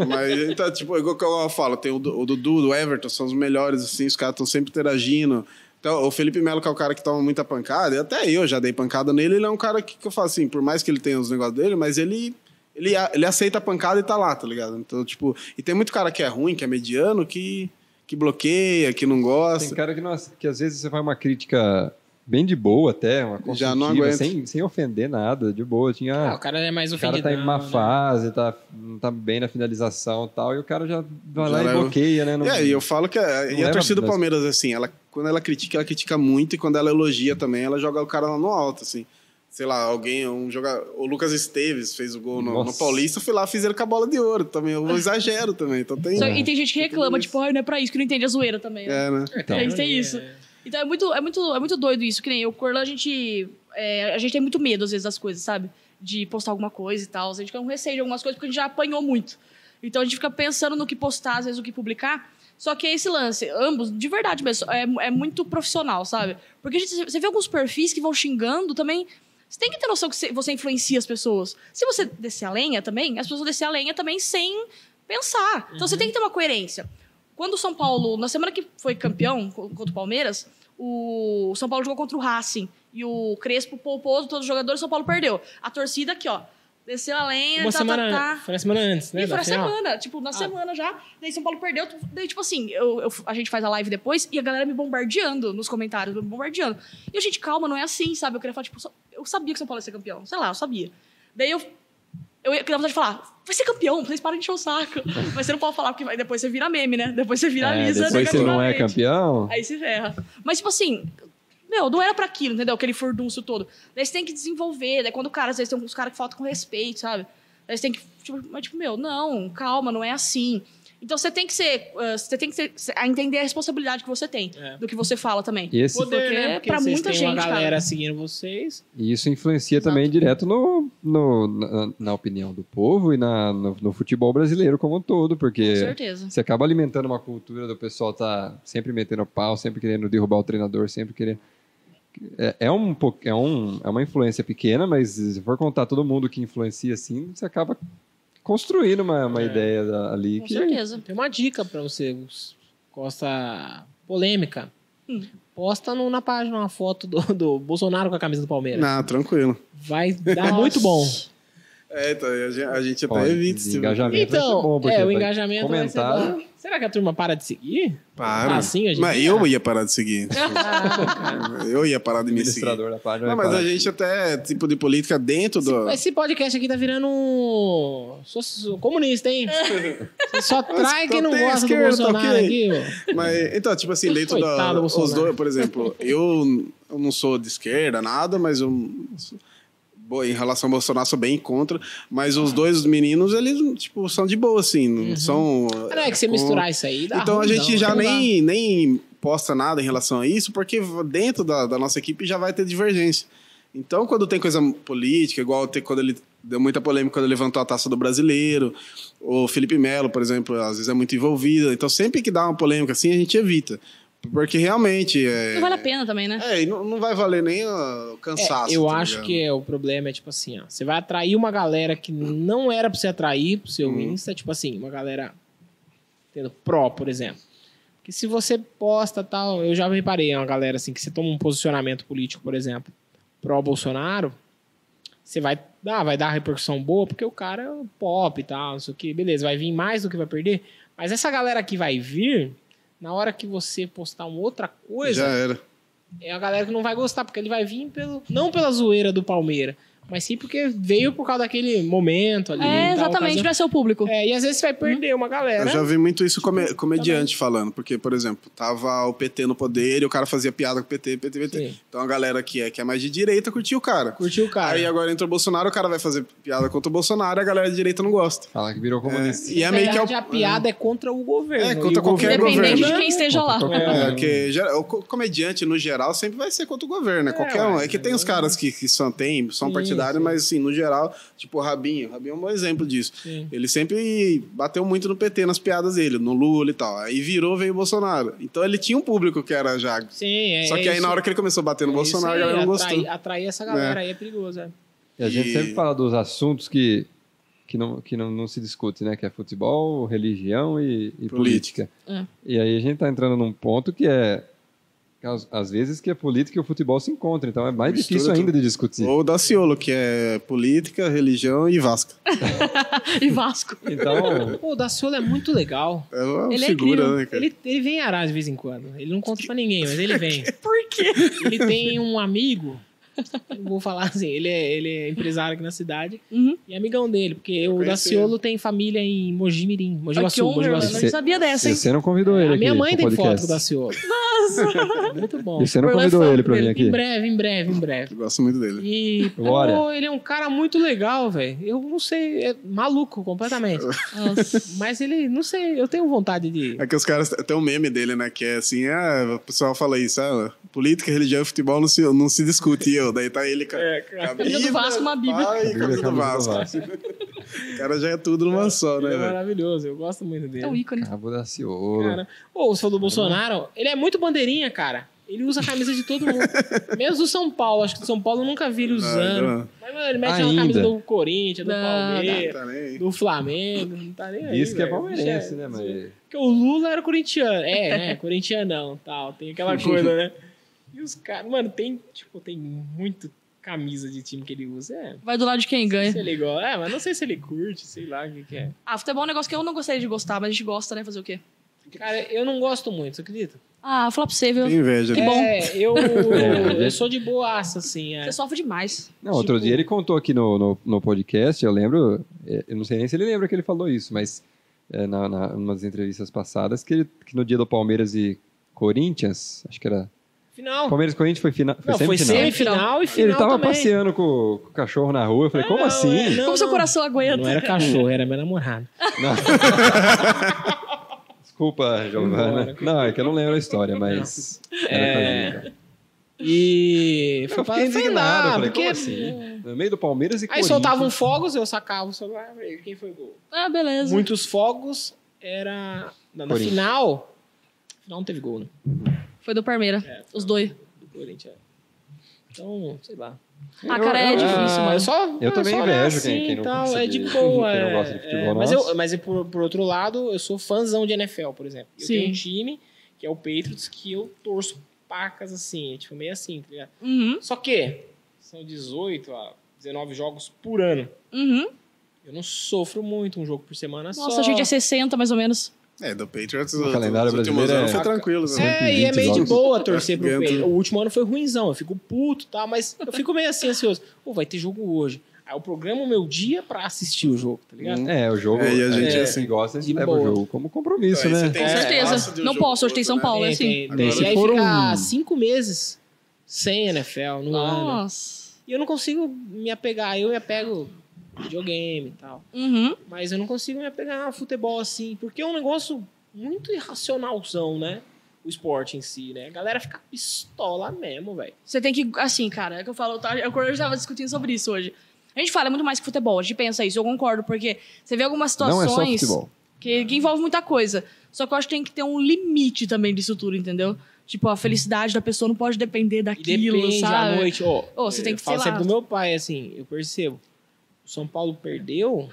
Mas, então, tipo, igual que eu falo, tem o, Du- o Dudu, o Everton, são os melhores, assim, os caras estão sempre interagindo. Então, o Felipe Melo, que é o cara que toma muita pancada, e até eu já dei pancada nele, ele é um cara que, que eu falo assim, por mais que ele tenha os negócios dele, mas ele, ele, a- ele aceita a pancada e tá lá, tá ligado? Então, tipo, e tem muito cara que é ruim, que é mediano, que, que bloqueia, que não
Tem
gosta.
cara que, não, que às vezes você faz uma crítica bem de boa até, uma
Já não
construtiva,
aguento.
sem, sem ofender nada, de boa. Tinha,
Ah,
ah,
o cara é mais
o cara
ofendido.
tá em má fase, tá, não tá bem na finalização e tal, e o cara já vai lá
Já
e
leva-
bloqueia, né? Não-
É, E aí, eu falo que a, e a
leva
torcida do
das-
Palmeiras, assim, ela, quando ela critica, ela critica muito, e quando ela elogia também, ela joga o cara lá no alto, assim. Sei lá, alguém, um jogador. O Lucas Esteves fez o gol no,
Nossa.
no Paulista, eu fui lá, fiz ele com a bola de ouro também. Eu exagero também. Então tem.
Só- e tem gente que reclama, tipo, ai, não é pra isso, que não entende a zoeira também. né?
É, né?
Então.
Eles têm isso. Então é muito, é muito, é muito doido isso, que nem eu, com o Corlan, a gente. é, a gente tem muito medo, às vezes, das coisas, sabe? De postar alguma coisa e tal. A gente fica com receio de algumas coisas porque a gente já apanhou muito. Então a gente fica pensando no que postar, às vezes, o que publicar. Só que é esse lance, ambos, de verdade mesmo, é, é muito profissional, sabe? Porque a gente, você vê alguns perfis que vão xingando também. Você tem que ter noção que você- você influencia as pessoas. Se você descer a lenha também, as pessoas descer a lenha também sem pensar. Então
Uhum.
você tem que ter uma coerência. Quando o São Paulo, na semana que foi campeão co- contra o Palmeiras, o São Paulo jogou contra o Racing. E o Crespo poupou todos os jogadores, o São Paulo perdeu. A torcida aqui, ó, desceu a lenha,
Uma
tá,
semana,
tá, tá.
Foi na semana antes, né?
E foi
da
na
final.
semana, tipo,
Ah.
na semana já. Daí São Paulo perdeu. Daí, tipo assim, eu, eu- a gente faz a live depois e a galera me bombardeando nos comentários, me bombardeando. E a gente, calma, não é assim, sabe? Eu queria falar, tipo, só- eu sabia que São Paulo ia ser campeão. Sei lá, eu sabia. Daí eu. Eu ia- queria vontade de falar, vai ser campeão, vocês param de encher o saco. Mas você não pode falar, porque vai- depois você vira meme, né? Depois você
É,
viraliza
depois você não é
negativamente.
campeão.
Aí se ferra. Mas, tipo assim, meu, não era pra aquilo, entendeu? Aquele furdúncio todo. Daí você tem que desenvolver. Daí quando o cara, às vezes, tem uns caras que faltam com respeito, sabe? Daí você tem que. Tipo, mas, tipo, meu, não, calma, não é assim. Então você tem que ser. ah, você tem que ser, a entender a responsabilidade que você tem
É.
do que você fala também.
E esse-
Poder,
Porque é
né? Porque
pra
vocês
muita
têm
gente,
uma
cara.
galera seguindo vocês.
E isso influencia
Exato.
também direto no, no- na, na opinião do povo e na, no, no futebol brasileiro como um todo,
Com
porque
certeza.
você acaba alimentando uma cultura do pessoal tá sempre metendo pau, sempre querendo derrubar o treinador, sempre querendo. É, é um, pou- é, um, é uma influência pequena, mas se for contar todo mundo que influencia assim, você acaba construindo uma, uma
É.
ideia da- ali
Com
que.
certeza.
Tem uma dica pra você, os- Costa Polêmica.
Hum.
Posta no- na página uma foto do, do Bolsonaro com a camisa do Palmeiras.
Não, tranquilo.
Vai dar muito bom.
É, então, a gente, a gente até
Olha,
evita esse tipo de-
engajamento vai ser
Então,
bom, porque
é, o
vai
engajamento vai
comentar.
ser bom. Será que a turma para de seguir?
Para.
Ah, sim, a gente-
Mas eu ia parar de seguir. eu ia parar de me seguir.
administrador da página.
Não,
vai
mas a
parar.
gente até, tipo, de política dentro do.
Esse podcast aqui tá virando um... Sou, sou comunista, hein? Você Só trai quem não
tem
gosta do
esquerda,
Bolsonaro
ok.
aqui, ó.
Mas, então, tipo assim, dentro
Coitado
da,
do Bolsonaro.
os dois, por exemplo, eu, eu não sou de esquerda, nada, mas eu, boa, em relação ao Bolsonaro, sou bem contra. Mas os dois meninos, eles, tipo, são de boa, assim, não são.
Cara, é que você
com-
misturar isso aí dá
Então a
Tá ruim,
gente
não,
já
não dá.
nem, nem posta nada em relação a isso, porque dentro da, da nossa equipe já vai ter divergência. Então, quando tem coisa política, igual tem- quando ele deu muita polêmica quando ele levantou a taça do brasileiro, o Felipe Melo, por exemplo, às vezes é muito envolvido. Então, sempre que dá uma polêmica assim, a gente evita. Porque realmente. É,
Não vale a pena também, né?
É, e não, não vai valer nem ó, o
É,
cansaço.
eu
tá
acho
ligado?
que é, o problema é, tipo assim, ó. Você vai atrair uma galera que não era pra você atrair pro seu
Hum.
Insta. Tipo assim, uma galera Entendeu? Pro, por exemplo. Porque se você posta tal, eu já reparei uma galera assim que você toma um posicionamento político, por exemplo, pró Bolsonaro, você vai dar, vai dar repercussão boa, porque o cara é pop e tal, não sei o que, beleza, vai vir mais do que vai perder. Mas essa galera que vai vir, na hora que você postar uma outra coisa,
Já era.
é a galera que não vai gostar, porque ele vai vir pelo, não pela zoeira do Palmeiras, mas sim porque veio por causa daquele momento ali.
É,
tal,
exatamente,
ocasião.
não é seu público.
É, e às vezes você vai perder uma galera.
Eu já vi muito isso come- comediante falando, porque, por exemplo, tava o PT no poder e o cara fazia piada com o PT, PT, PT.
Sim.
Então a galera que é, que é mais de direita curtiu o cara.
Curtiu o cara.
Aí agora entrou o Bolsonaro, o cara vai fazer piada contra o Bolsonaro e a galera de direita não gosta.
Fala que virou comunista.
E é meio que é o-
a piada é contra o governo.
É,
E
contra
o
qualquer
governo-
Independente
governo.
de quem esteja lá.
Qualquer
É,
Uhum.
governo.
porque geral- o co- comediante, no geral, sempre vai ser contra o governo, né? Qualquer um.
ué,
É que tem os caras que, que são, tem, são
Sim,
partidários,
sim.
mas assim, no geral, tipo o Rabinho. O Rabinho é um bom exemplo disso.
Sim.
Ele sempre bateu muito no PT, nas piadas dele, no Lula e tal. Aí virou, veio o Bolsonaro. Então ele tinha um público que era já.
Sim, é
Só que aí
isso.
na hora que ele começou a bater no
É
Bolsonaro, a
isso aí,
galera não
atrai-
gostou.
Atrair essa galera aí é perigoso, é.
E a gente
E-
sempre fala dos assuntos que, que, não, que não, não se discute, né? Que é futebol, religião e, e
Política.
política.
É.
E aí a gente tá entrando num ponto que é às, às vezes que a política e o futebol se encontram, então é mais
Mistura
difícil
tudo.
ainda de discutir.
Ou o Daciolo, que é política, religião e Vasco.
E Vasco.
Então,
Pô, o Daciolo é muito legal.
É uma
Ele é
figura,
incrível.
né, cara?
ele, ele vem arar de vez em quando. Ele não conta pra ninguém, mas ele vem.
Por quê?
Ele tem um amigo, não vou falar assim, ele é, ele é empresário aqui na cidade
Uhum.
e é amigão dele, porque o
conheci
Daciolo tem família em Mogi Mirim, Mogi
Aqui é um
Guaçu, Mogi
eu
Guaçu.
Cê-
não sabia dessa, hein?
você não convidou ele
é, A
aqui
minha mãe
pro
tem
podcast.
foto do Daciolo. Muito bom.
E você não
Orlando
convidou
falou
ele pra
dele.
vir
Em
aqui.
breve, em breve, em breve.
Eu gosto muito dele.
E,
Glória.
pô, ele é um cara muito legal, velho. Eu não sei, é maluco completamente. Mas ele, não sei, eu tenho vontade de.
É que os caras tem um meme dele, né? Que é assim, ah, o pessoal fala isso, ah, política, religião e futebol não se, não se discute. E eu, daí tá ele com a, com a
Camisa do Vasco, uma É. Bíblia.
pai,
Bíblia,
camisa do
camisa do
Vasco. o cara já é tudo numa só,
Ele
né,
é
velho?
maravilhoso, eu gosto muito dele.
É o ícone.
Cabo da Ciolo.
Cara, ou você falou do Bolsonaro, ele é muito bandeirinha, cara. Ele usa a camisa de todo mundo. Menos do São Paulo. Acho que do São Paulo eu nunca vi
Ah,
ele usando.
então
Não,
Mas, mano, ele mete uma
Ainda.
camisa do Corinthians, do
Não,
não
É.
Palmeiras,
então, tá nem aí.
do Flamengo. Não tá nem aí.
Isso que é
velho.
palmeirense,
Bicho,
né? Mas
Porque o Lula era corintiano. É, né? Corintianão, tal. Tem aquela coisa, né? E os caras, mano, tem, tipo, tem muito camisa de time que ele usa. É.
Vai do lado de quem
Não sei
ganha.
se ele gosta. É, mas não sei se ele curte, sei lá o que, que é.
Ah, futebol é um negócio que eu não gostaria de gostar, mas a gente gosta, né? Fazer o quê?
Cara, eu não gosto muito, você acredita?
Ah, falar pra você, viu?
Tem inveja, né?
É, eu,
É.
eu sou de boaça, assim. É.
Você sofre demais.
Não, outro
Tipo-
dia ele contou aqui no, no, no podcast, eu lembro, é, eu não sei nem se ele lembra que ele falou isso, mas é, na, na, umas entrevistas passadas, que, ele, que no dia do Palmeiras e Corinthians, acho que era.
Final.
Palmeiras e Corinthians foi, fina, foi
Ah. não, foi
semifinal.
semifinal e final
ele tava
também.
passeando com, o- com o cachorro na rua, eu falei, como
Não,
assim?
é, não,
Como seu
não.
coração aguenta?
Não é. era cachorro, era meu namorado.
Não. Desculpa, Giovana.
Embora.
Não, é que eu não lembro a história, mas.
É.
era com a gente.
E
Eu
foi pra
fiquei indignado, eu
final.
falei,
"Ah, porque...
como assim? No meio do Palmeiras e
Aí um
Corinthians.
soltavam fogos, eu sacava o celular. e Quem foi o gol?
Ah, beleza.
Muitos fogos era. Na, na
Corinthians.
final. Final não teve gol, né?
Foi do Palmeiras.
É.
Os dois.
Do Corinthians. Então, sei lá.
Ah, cara, é
Eu-
difícil, mano.
Eu só.
Eu também
só olhar
invejo quem- quem não
tal,
consegue-
É de boa.
quem não
é-
gosta de futebol
é, mas
nosso.
eu, mas eu, por, por outro lado, eu sou fãzão de NFL, por exemplo. Eu
Sim.
tenho um time, que é o Patriots, que eu torço pacas assim, é tipo, meio assim, tá ligado?
Uhum,
Só que são 18 a 19 jogos por ano.
uhum.
Eu não sofro muito um jogo por semana só.
Nossa, a gente é 60, mais ou menos.
É, do Patriots.
calendário
dos últimos
brasileiro
anos
é-
Foi tranquilo,
É,
né?
e é
120
meio de
jogos.
boa torcer pro
Ganhando.
Patriots. O último ano foi ruimzão, eu fico puto, tá? Mas eu fico meio assim ansioso. Pô, vai ter jogo hoje. Aí eu programo o meu dia pra assistir o jogo, tá ligado?
É, o jogo.
É, e a gente,
é,
assim, Então,
quem gosta, a gente
de
leva
boa.
o jogo como compromisso,
Aí você
né?
tem
É.
esse
Certeza.
espaço de um
Não
jogo
posso, hoje tem
outro,
São
né?
Paulo.
Tem,
é assim.
tem,
Agora,
tem.
se
E aí
for
fica
um-
cinco meses sem NFL no
Ah.
ano.
Nossa.
E eu não consigo me apegar. Eu me apego videogame e tal.
Uhum.
Mas eu não consigo me apegar ao futebol assim. Porque é um negócio muito irracionalzão, né? O esporte em si, né? A galera fica pistola mesmo, velho.
Você tem que. Assim, cara, é que eu falo, tá, eu eu estava discutindo sobre isso hoje. A gente fala muito mais que futebol, a gente pensa isso, eu concordo, porque você vê algumas
Não é
situações
só futebol.
que, que envolve muita coisa. Só que eu acho que tem que ter um limite também disso tudo, entendeu? Tipo, a felicidade da pessoa não pode depender
E
daquilo,
depende
sabe?
à noite. Ó,
Ô, você tem
eu
que,
falo
sei lá.
sempre do meu pai, assim, eu percebo. O São Paulo perdeu,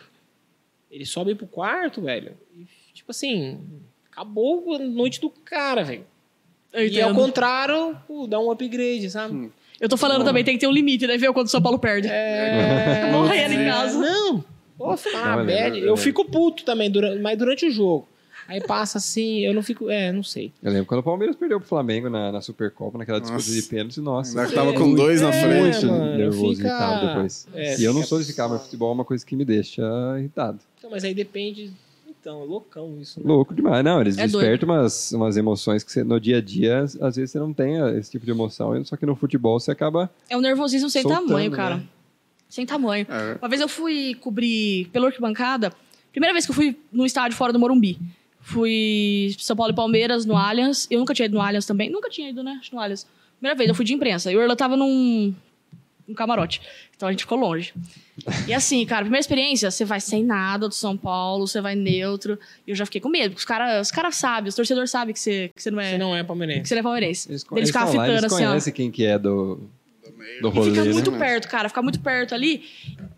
ele sobe pro quarto, velho. E, tipo assim, Acabou a noite do cara, velho.
Eu,
E ao
entendo.
contrário, pô, dá um upgrade, sabe?
Hum.
eu tô falando também, tem que ter um limite, né? Ver quando o São Paulo perde.
É...
Tá morrendo em
é,
casa.
Não. Pô, ficar
Não,
na
é
bad.
verdade, é
Eu
verdade.
fico puto também, durante, mas durante o jogo. Aí passa assim, eu não fico. É, não sei.
Eu lembro quando o Palmeiras perdeu pro Flamengo na, na Supercopa, naquela disputa
Nossa.
de pênalti, nossa.
Ainda tava com dois na
É,
frente.
mano. eu
nervoso,
fica-
irritado depois.
É,
e eu não
fica-
sou de ficar, mas futebol é uma coisa que me deixa irritado.
Então, mas aí depende. Então, é loucão isso. Né?
Louco demais. Não, eles
É doido.
despertam umas, umas emoções que você, no dia a dia, às às vezes você não tem ah, esse tipo de emoção, só que no futebol você acaba.
É um nervosismo sem
Soltando,
tamanho, cara.
né?
Sem tamanho.
É.
Uma vez eu fui cobrir pela arquibancada. Primeira vez que eu fui num estádio fora do Morumbi. Fui São Paulo e Palmeiras no Allianz. Eu nunca tinha ido no Allianz também. Nunca tinha ido, né? Acho No Allianz. Primeira vez, eu fui de imprensa. E o Orlan tava num, num camarote. Então a gente ficou longe. E assim, cara, primeira experiência, você vai sem nada do São Paulo, você vai neutro. E eu já fiquei com medo, porque os caras os cara sabem, os torcedores sabem que você, que você não é.
Você não é palmeirense.
Que você não é palmeirense.
Eles,
Eles
eles,
ficavam
estão lá, eles
fitando assim, ó.
conhecem quem que é do, do
E
rolê.
fica
né?
muito
né?
perto, cara. Fica muito perto ali.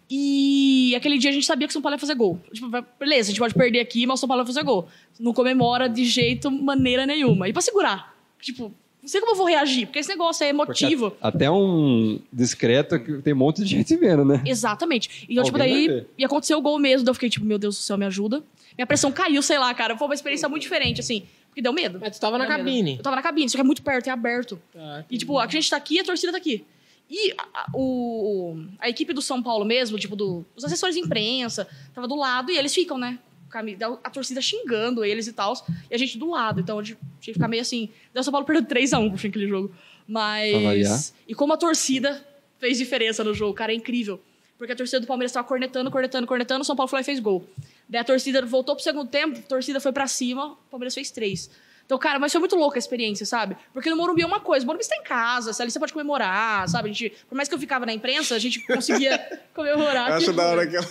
E aquele dia a gente sabia que o São Paulo ia fazer gol. Tipo, vai- beleza, a gente pode perder aqui, mas o São Paulo vai fazer gol. Não comemora de jeito, maneira nenhuma. E pra segurar? Tipo, não sei como eu vou reagir, porque esse negócio é
Porque
emotivo.
a- Até um discreto que tem um monte de gente vendo, né?
Exatamente. Então, tipo,
Alguém vai
daí.
ver.
E aconteceu o gol mesmo. Daí eu fiquei, tipo, meu Deus do céu, me ajuda. Minha pressão caiu, sei lá, cara. Foi uma experiência muito diferente, assim. Porque deu medo.
Mas tu tava na
Deu medo.
cabine.
Eu tava na cabine, só que é muito perto, é aberto.
Tá.
E, tipo, a gente É tá aqui e a torcida tá aqui. E a, a- o, a equipe do São Paulo mesmo, tipo, do, os assessores de imprensa, tava do lado e eles ficam, né? com A, mi- da- a torcida xingando eles e tal. E a gente do lado. Então, a gente tinha que ficar meio assim. Daí o São Paulo perdeu 3x1 pro fim aquele jogo.
Pra variar.
Mas... E como a torcida fez diferença no jogo, cara, é incrível. Porque a torcida do Palmeiras tava cornetando, cornetando, cornetando, o São Paulo foi lá e fez gol. Daí a torcida voltou pro segundo tempo, a torcida foi pra cima, o Palmeiras fez três. Então, cara, mas foi muito louca a experiência, sabe? Porque no Morumbi é uma coisa, o Morumbi está em casa, sabe? ali você pode comemorar, sabe? A gente, por mais que eu ficava na imprensa, a gente conseguia comemorar.
Eu acho
que-
da hora que ela.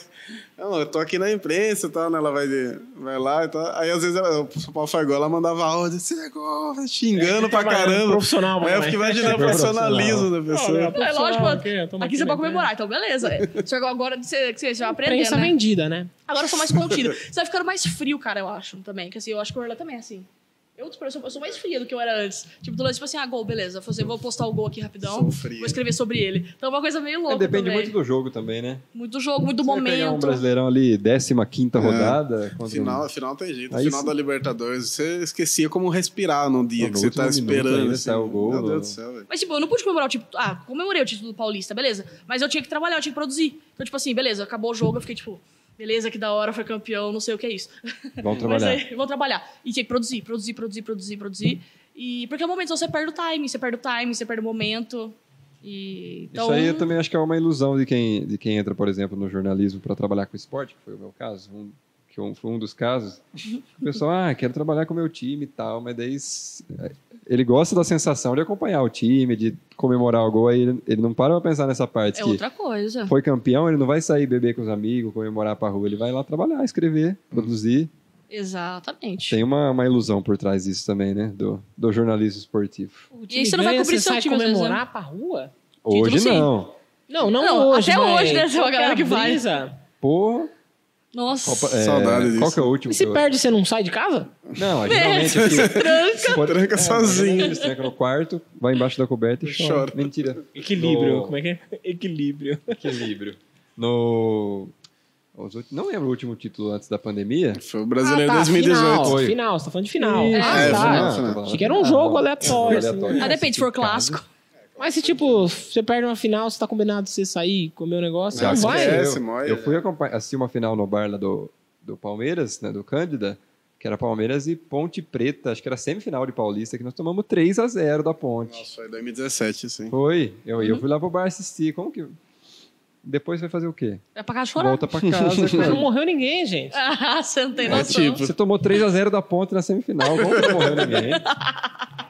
Não, eu tô aqui na imprensa e tal, né? Ela vai, de- vai lá e tal. Aí às vezes ela, o São Paulo faz gol, ela mandava áudio, você é gol, xingando
É,
pra caramba.
um Profissional, é.
Aí eu fiquei imaginando o
Super
profissionalismo da pessoa.
É lógico,
Ah,
aqui você pode comemorar, então beleza. Só que agora você, que você já aprendeu,
Prensa
né?
vendida, né?
Agora eu sou mais contida. Você vai ficando mais frio, cara, eu acho, também. Que assim, eu acho que o Orla também é assim. Eu, tipo, eu sou, eu sou mais fria do que eu era antes. Tipo, do lance, tipo assim, ah, gol, beleza. Vou, fazer- vou postar o gol aqui rapidão.
Sou fria.
Vou escrever sobre ele. Então é uma coisa meio
É,
louca
depende
também.
muito do jogo também, né?
Muito do jogo, muito do
Você vai pegar um
momento.
brasileirão ali, 15
É.
rodada. contra um-
Final, final tem jeito.
Aí
final
sim.
da Libertadores, você esquecia como respirar no dia
No
que você tá
último minuto
esperando.
ainda
Assim.
sai o gol,
Meu
no-
Deus do céu, velho.
Mas, tipo, eu não pude comemorar o título. Ah, comemorei o título do Paulista, beleza. Mas eu tinha que trabalhar, eu tinha que produzir. Então, tipo assim, beleza, acabou o jogo, eu fiquei, tipo, beleza, que da hora, foi campeão, não sei o que é isso.
Vamos
Mas é,
trabalhar.
aí, eu vou trabalhar. E tinha que produzir, produzir, produzir, produzir, produzir. E porque é o momento, senão você perde o timing, você perde o timing, você perde o momento. E, então,
Isso aí eu também acho que é uma ilusão de quem, de quem entra, por exemplo, no jornalismo para trabalhar com esporte, que foi o meu caso, um, que um- foi um dos casos. O pessoal, ah, quero trabalhar com o meu time e tal, mas daí s- ele gosta da sensação de acompanhar o time, de comemorar o gol, aí ele, ele não para pra pensar nessa parte
é
que
outra coisa.
foi campeão, ele não vai sair beber com os amigos, comemorar pra rua, ele vai lá trabalhar, escrever,
Uhum.
produzir.
Exatamente.
Tem uma, uma ilusão por trás disso também, né, do, do jornalismo esportivo.
E aí você não vai cobrir
você
seu
sai
time, às vezes,
comemorar pra rua?
Título,
Hoje
sim.
não.
Não, não,
Não,
hoje.
até
mas
hoje, né, tem uma
qual
galera
é a
que vai.
brisa?
Pô,
Nossa.
Copa- é,
Saudade disso.
Qual que é o último?
E se
que eu-
perde, você não sai de casa?
Não, geralmente aqui. Pode-
Tranca
É,
sozinho.
Eles trancam no quarto, vai embaixo da coberta e chora.
Chora.
Mentira.
Equilíbrio,
No-
como é que é? Equilíbrio.
Equilíbrio. No. os ulti- Não lembro o último título antes da pandemia.
Foi o brasileiro
Ah, tá,
2018.
Final,
Foi.
final, você tá falando de final.
Isso.
Ah,
É,
tá.
final.
Achei que era
Ah,
um jogo aleatório, assim, né?
Ah,
tipo
depende, se for clássico.
Mas se, tipo, você perde uma final, você tá combinado de você sair, comer um negócio, você
Não,
não
se
vai.
quiser,
é?
Esquece,
eu,
mói.
eu fui acompanhar- assistir uma final no bar lá do, do Palmeiras, né, do Cândida, que era Palmeiras e Ponte Preta, acho que era semifinal de Paulista, que nós tomamos 3 a 0 da Ponte.
Nossa, foi 2017, assim.
Foi. Eu,
Uhum.
eu fui lá pro bar assistir. Como que. Depois vai fazer o quê?
É pra cá chorar.
Volta pra casa.
Mas não
cara.
morreu ninguém, gente.
Ah, você não tem
É
noção.
tipo-
Você tomou 3 a 0 da Ponte na semifinal. Vamos não morrer ninguém.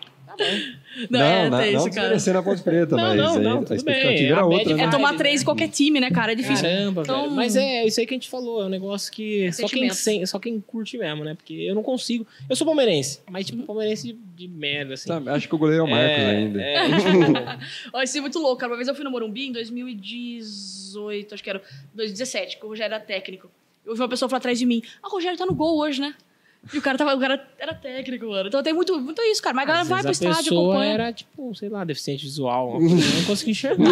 Não, é,
na-
tem
não
isso, cara.
desmerecendo a Ponte Preta,
Não,
mas
não,
aí
não,
a
tudo
expectativa
bem.
era
A
outra,
média-
né?
É tomar
Vai,
três em qualquer time, né, cara? É difícil.
Caramba,
Então-
velho. Mas é isso aí que a gente falou, é um negócio que só quem,
Sentimento.
sen- só quem curte mesmo, né? Porque eu não consigo. Eu sou palmeirense, mas tipo, palmeirense de, de merda, assim.
Tá, acho que o goleiro é o Marcos
É,
ainda.
é, tipo,
Ó, isso é muito louco, cara. Uma vez eu fui no Morumbi em 2018, acho que era 2017, que o Rogério era técnico. Eu ouvi uma pessoa falar atrás de mim, ah, o Rogério tá no gol hoje, né? E o cara, tava, o cara era técnico, mano. Então tem muito, muito isso, cara. Mas a galera
Às
vai
vezes
pro
a
estádio,
pessoa
acompanha.
era, tipo, sei lá, deficiente visual. uma coisa, Eu não consegui enxergar.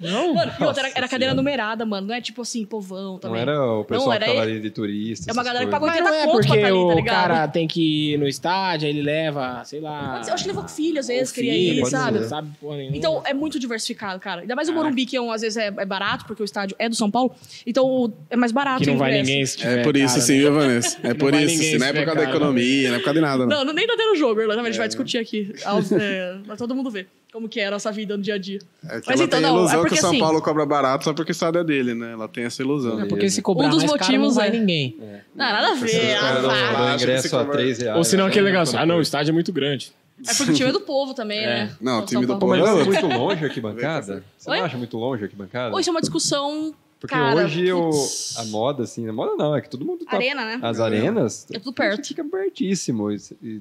não.
Mano, Ah, e outra, era,
Nossa
era cadeira
Senhora.
numerada, mano. Não é tipo assim, povão
Não
também.
era o pessoal
era
que tava
ele.
ali de turista.
É uma
essas
galera que
coisas.
pagou-
Mas não
80
é
conto pra
porque
tá ali, tá
o
ligado?
cara tem que ir no estádio, aí ele leva, sei lá...
Pode ser, eu acho que levou com filho, às vezes,
o
queria
filho,
ir,
pode
sabe?
ser.
sabe porra nenhuma.
Então é muito diversificado, cara. Ainda mais o
Caraca.
Morumbi, que é um- às vezes é, é barato, porque o estádio é do São Paulo. Então o- é mais barato.
que não
o
vai
ingresso.
ninguém se tiver
É por isso,
cara,
sim,
né?
viu, Vanessa? É por
vai
isso,
ninguém
sim. Não é
se
por
ver,
causa da
cara.
economia, não é por causa de nada, não. É.
Não, não- nem tá tendo jogo, Irlanda, mas a gente vai discutir aqui. aos- é, pra todo mundo ver como que é a nossa vida no dia a dia.
É que
Mas
ela tem
então,
a
não, é
ilusão que
porque
o São
assim-
Paulo cobra barato só porque o estado é dele, né? Ela tem essa ilusão.
É porque se cobrar
Um dos
mais caro, não
motivos
vai
é-
ninguém.
Não, nada a ver.
Esses
Os caras
Ah,
não
dão-
vá.
falar.
dão ingresso a 3 reais.
Ou senão
né?
aquele negócio, ah não, o estádio é muito grande.
É porque o time é do povo também, né?
Não, o
São
time do
Paulo.
Pô, mas
Não,
um
não é
eu-
muito longe aqui bancada? Você
Oi?
não acha muito longe aqui bancada?
Ou isso é uma discussão.
Porque
cara,
hoje eu,
putz.
a moda, assim, a moda não, é que todo mundo tá.
Arena, né?
As arenas.
É tudo perto.
Fica pertíssimo. E, e,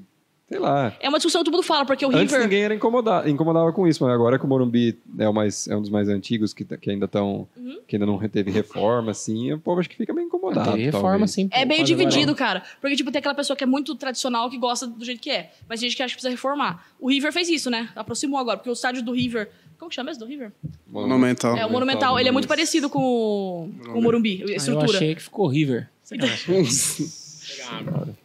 sei lá.
É uma discussão que todo mundo fala, porque o
Antes
River.
ninguém era incomodado, incomodava com isso, mas agora que o Morumbi é, o mais, é um dos mais antigos que, tá- que ainda estão.
Uhum.
que ainda não teve reforma, assim, o povo acho que fica meio incomodado.
Teve reforma
talvez.
assim.
É
pô,
meio
quase agora.
dividido, cara. Porque, tipo, tem aquela pessoa que é muito tradicional, que gosta do jeito que é. Mas tem gente que acha que precisa reformar. O River fez isso, né? Aproximou agora. Porque o estádio do River... Como que chama esse do River?
Monumental.
É, o Monumental. Ele é muito parecido com, o- com o Morumbi. A
Ah, Eu
estrutura.
achei que ficou River.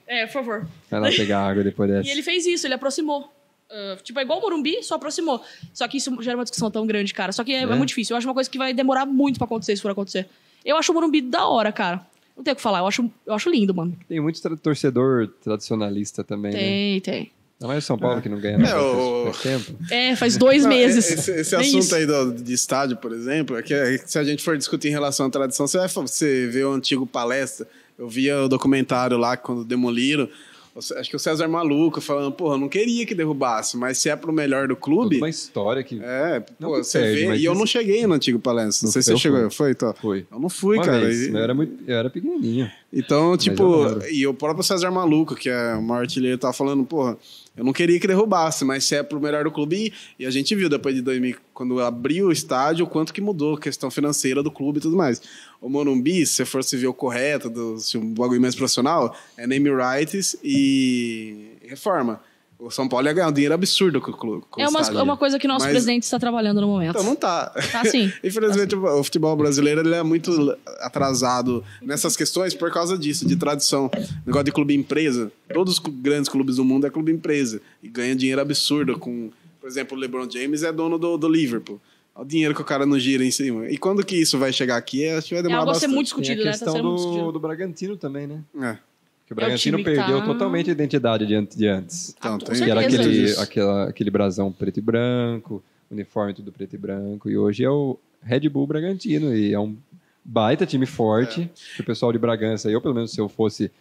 É, por favor.
Vai lá pegar água depois dessa.
E ele fez isso. Ele aproximou. Ah, tipo, é igual o Morumbi, só aproximou. Só que isso gera uma discussão tão grande, cara. Só que é,
É.
é muito difícil. Eu acho uma coisa que vai demorar muito pra acontecer, se for acontecer. Eu acho o Morumbi da hora, cara. Não tem o que falar. Eu acho, eu acho lindo, mano.
Tem muito tra- torcedor tradicionalista também, né?
Tem, tem.
Ainda mais o São Paulo que não ganha
É,
nada né?
o-
faz tempo.
É, faz dois
Não,
meses.
Esse, esse
Nem
assunto
isso.
aí do- de estádio, por exemplo, é que, é que se a gente for discutir em relação à tradição, você vai fa- você vê o antigo palestra. Eu via o documentário lá quando demoliram. o Cé- Acho que o César Maluco falando, porra, eu não queria que derrubasse, mas se é pro melhor do
Toda
clube.
uma história que
É, pô,
Não que
você
perde,
vê.
mas
E eu
isso-
não cheguei no antigo palestra. Não
Não
sei se
foi,
você chegou.
foi.
Foi, então.
foi.
Eu não fui,
Uma
cara.
vez, né?
E-
eu era, muito, eu era pequenininho.
Então,
eu
tipo,
lembro.
e o próprio César Maluco, que é um artilheiro, tava falando, porra, eu não queria que derrubasse, mas se é pro melhor do clube. E, e a gente viu depois de 2000, quando abriu o estádio, o quanto que mudou a questão financeira do clube e tudo mais. O Morumbi, se você for se ver o correto, do, se um bagulho mais profissional, é name rights e reforma. O São Paulo ia ganhar um dinheiro absurdo com o clube. com o
É uma,
estádio.
é uma coisa que nosso
Mas-
presidente está trabalhando no momento.
Então não tá.
Tá sim.
Infelizmente,
Assim.
o futebol brasileiro ele é muito atrasado nessas questões por causa disso, de tradição. Negócio de clube empresa. Todos os clu- grandes clubes do mundo é clube empresa. E ganha dinheiro absurdo com... Por exemplo, o LeBron James é dono do, do Liverpool. Olha o dinheiro que o cara não gira em cima. E quando que isso vai chegar aqui? Acho que vai
É
demorar
algo a ser
bastante.
Tem a
muito discutido, né? Tá
questão
sendo muito discutido.
do, do Bragantino também, né?
É,
Que o Bragantino
time que
perdeu
tá-
totalmente a identidade de, an- de antes.
então,
Ah, com
tem...
Que era
certeza.
aquele,
Isso.
aquela- aquele brasão preto e branco, uniforme tudo preto e branco. E hoje é o Red Bull Bragantino. E é um baita time
É.
forte. que O pessoal de Bragança, eu pelo menos se eu fosse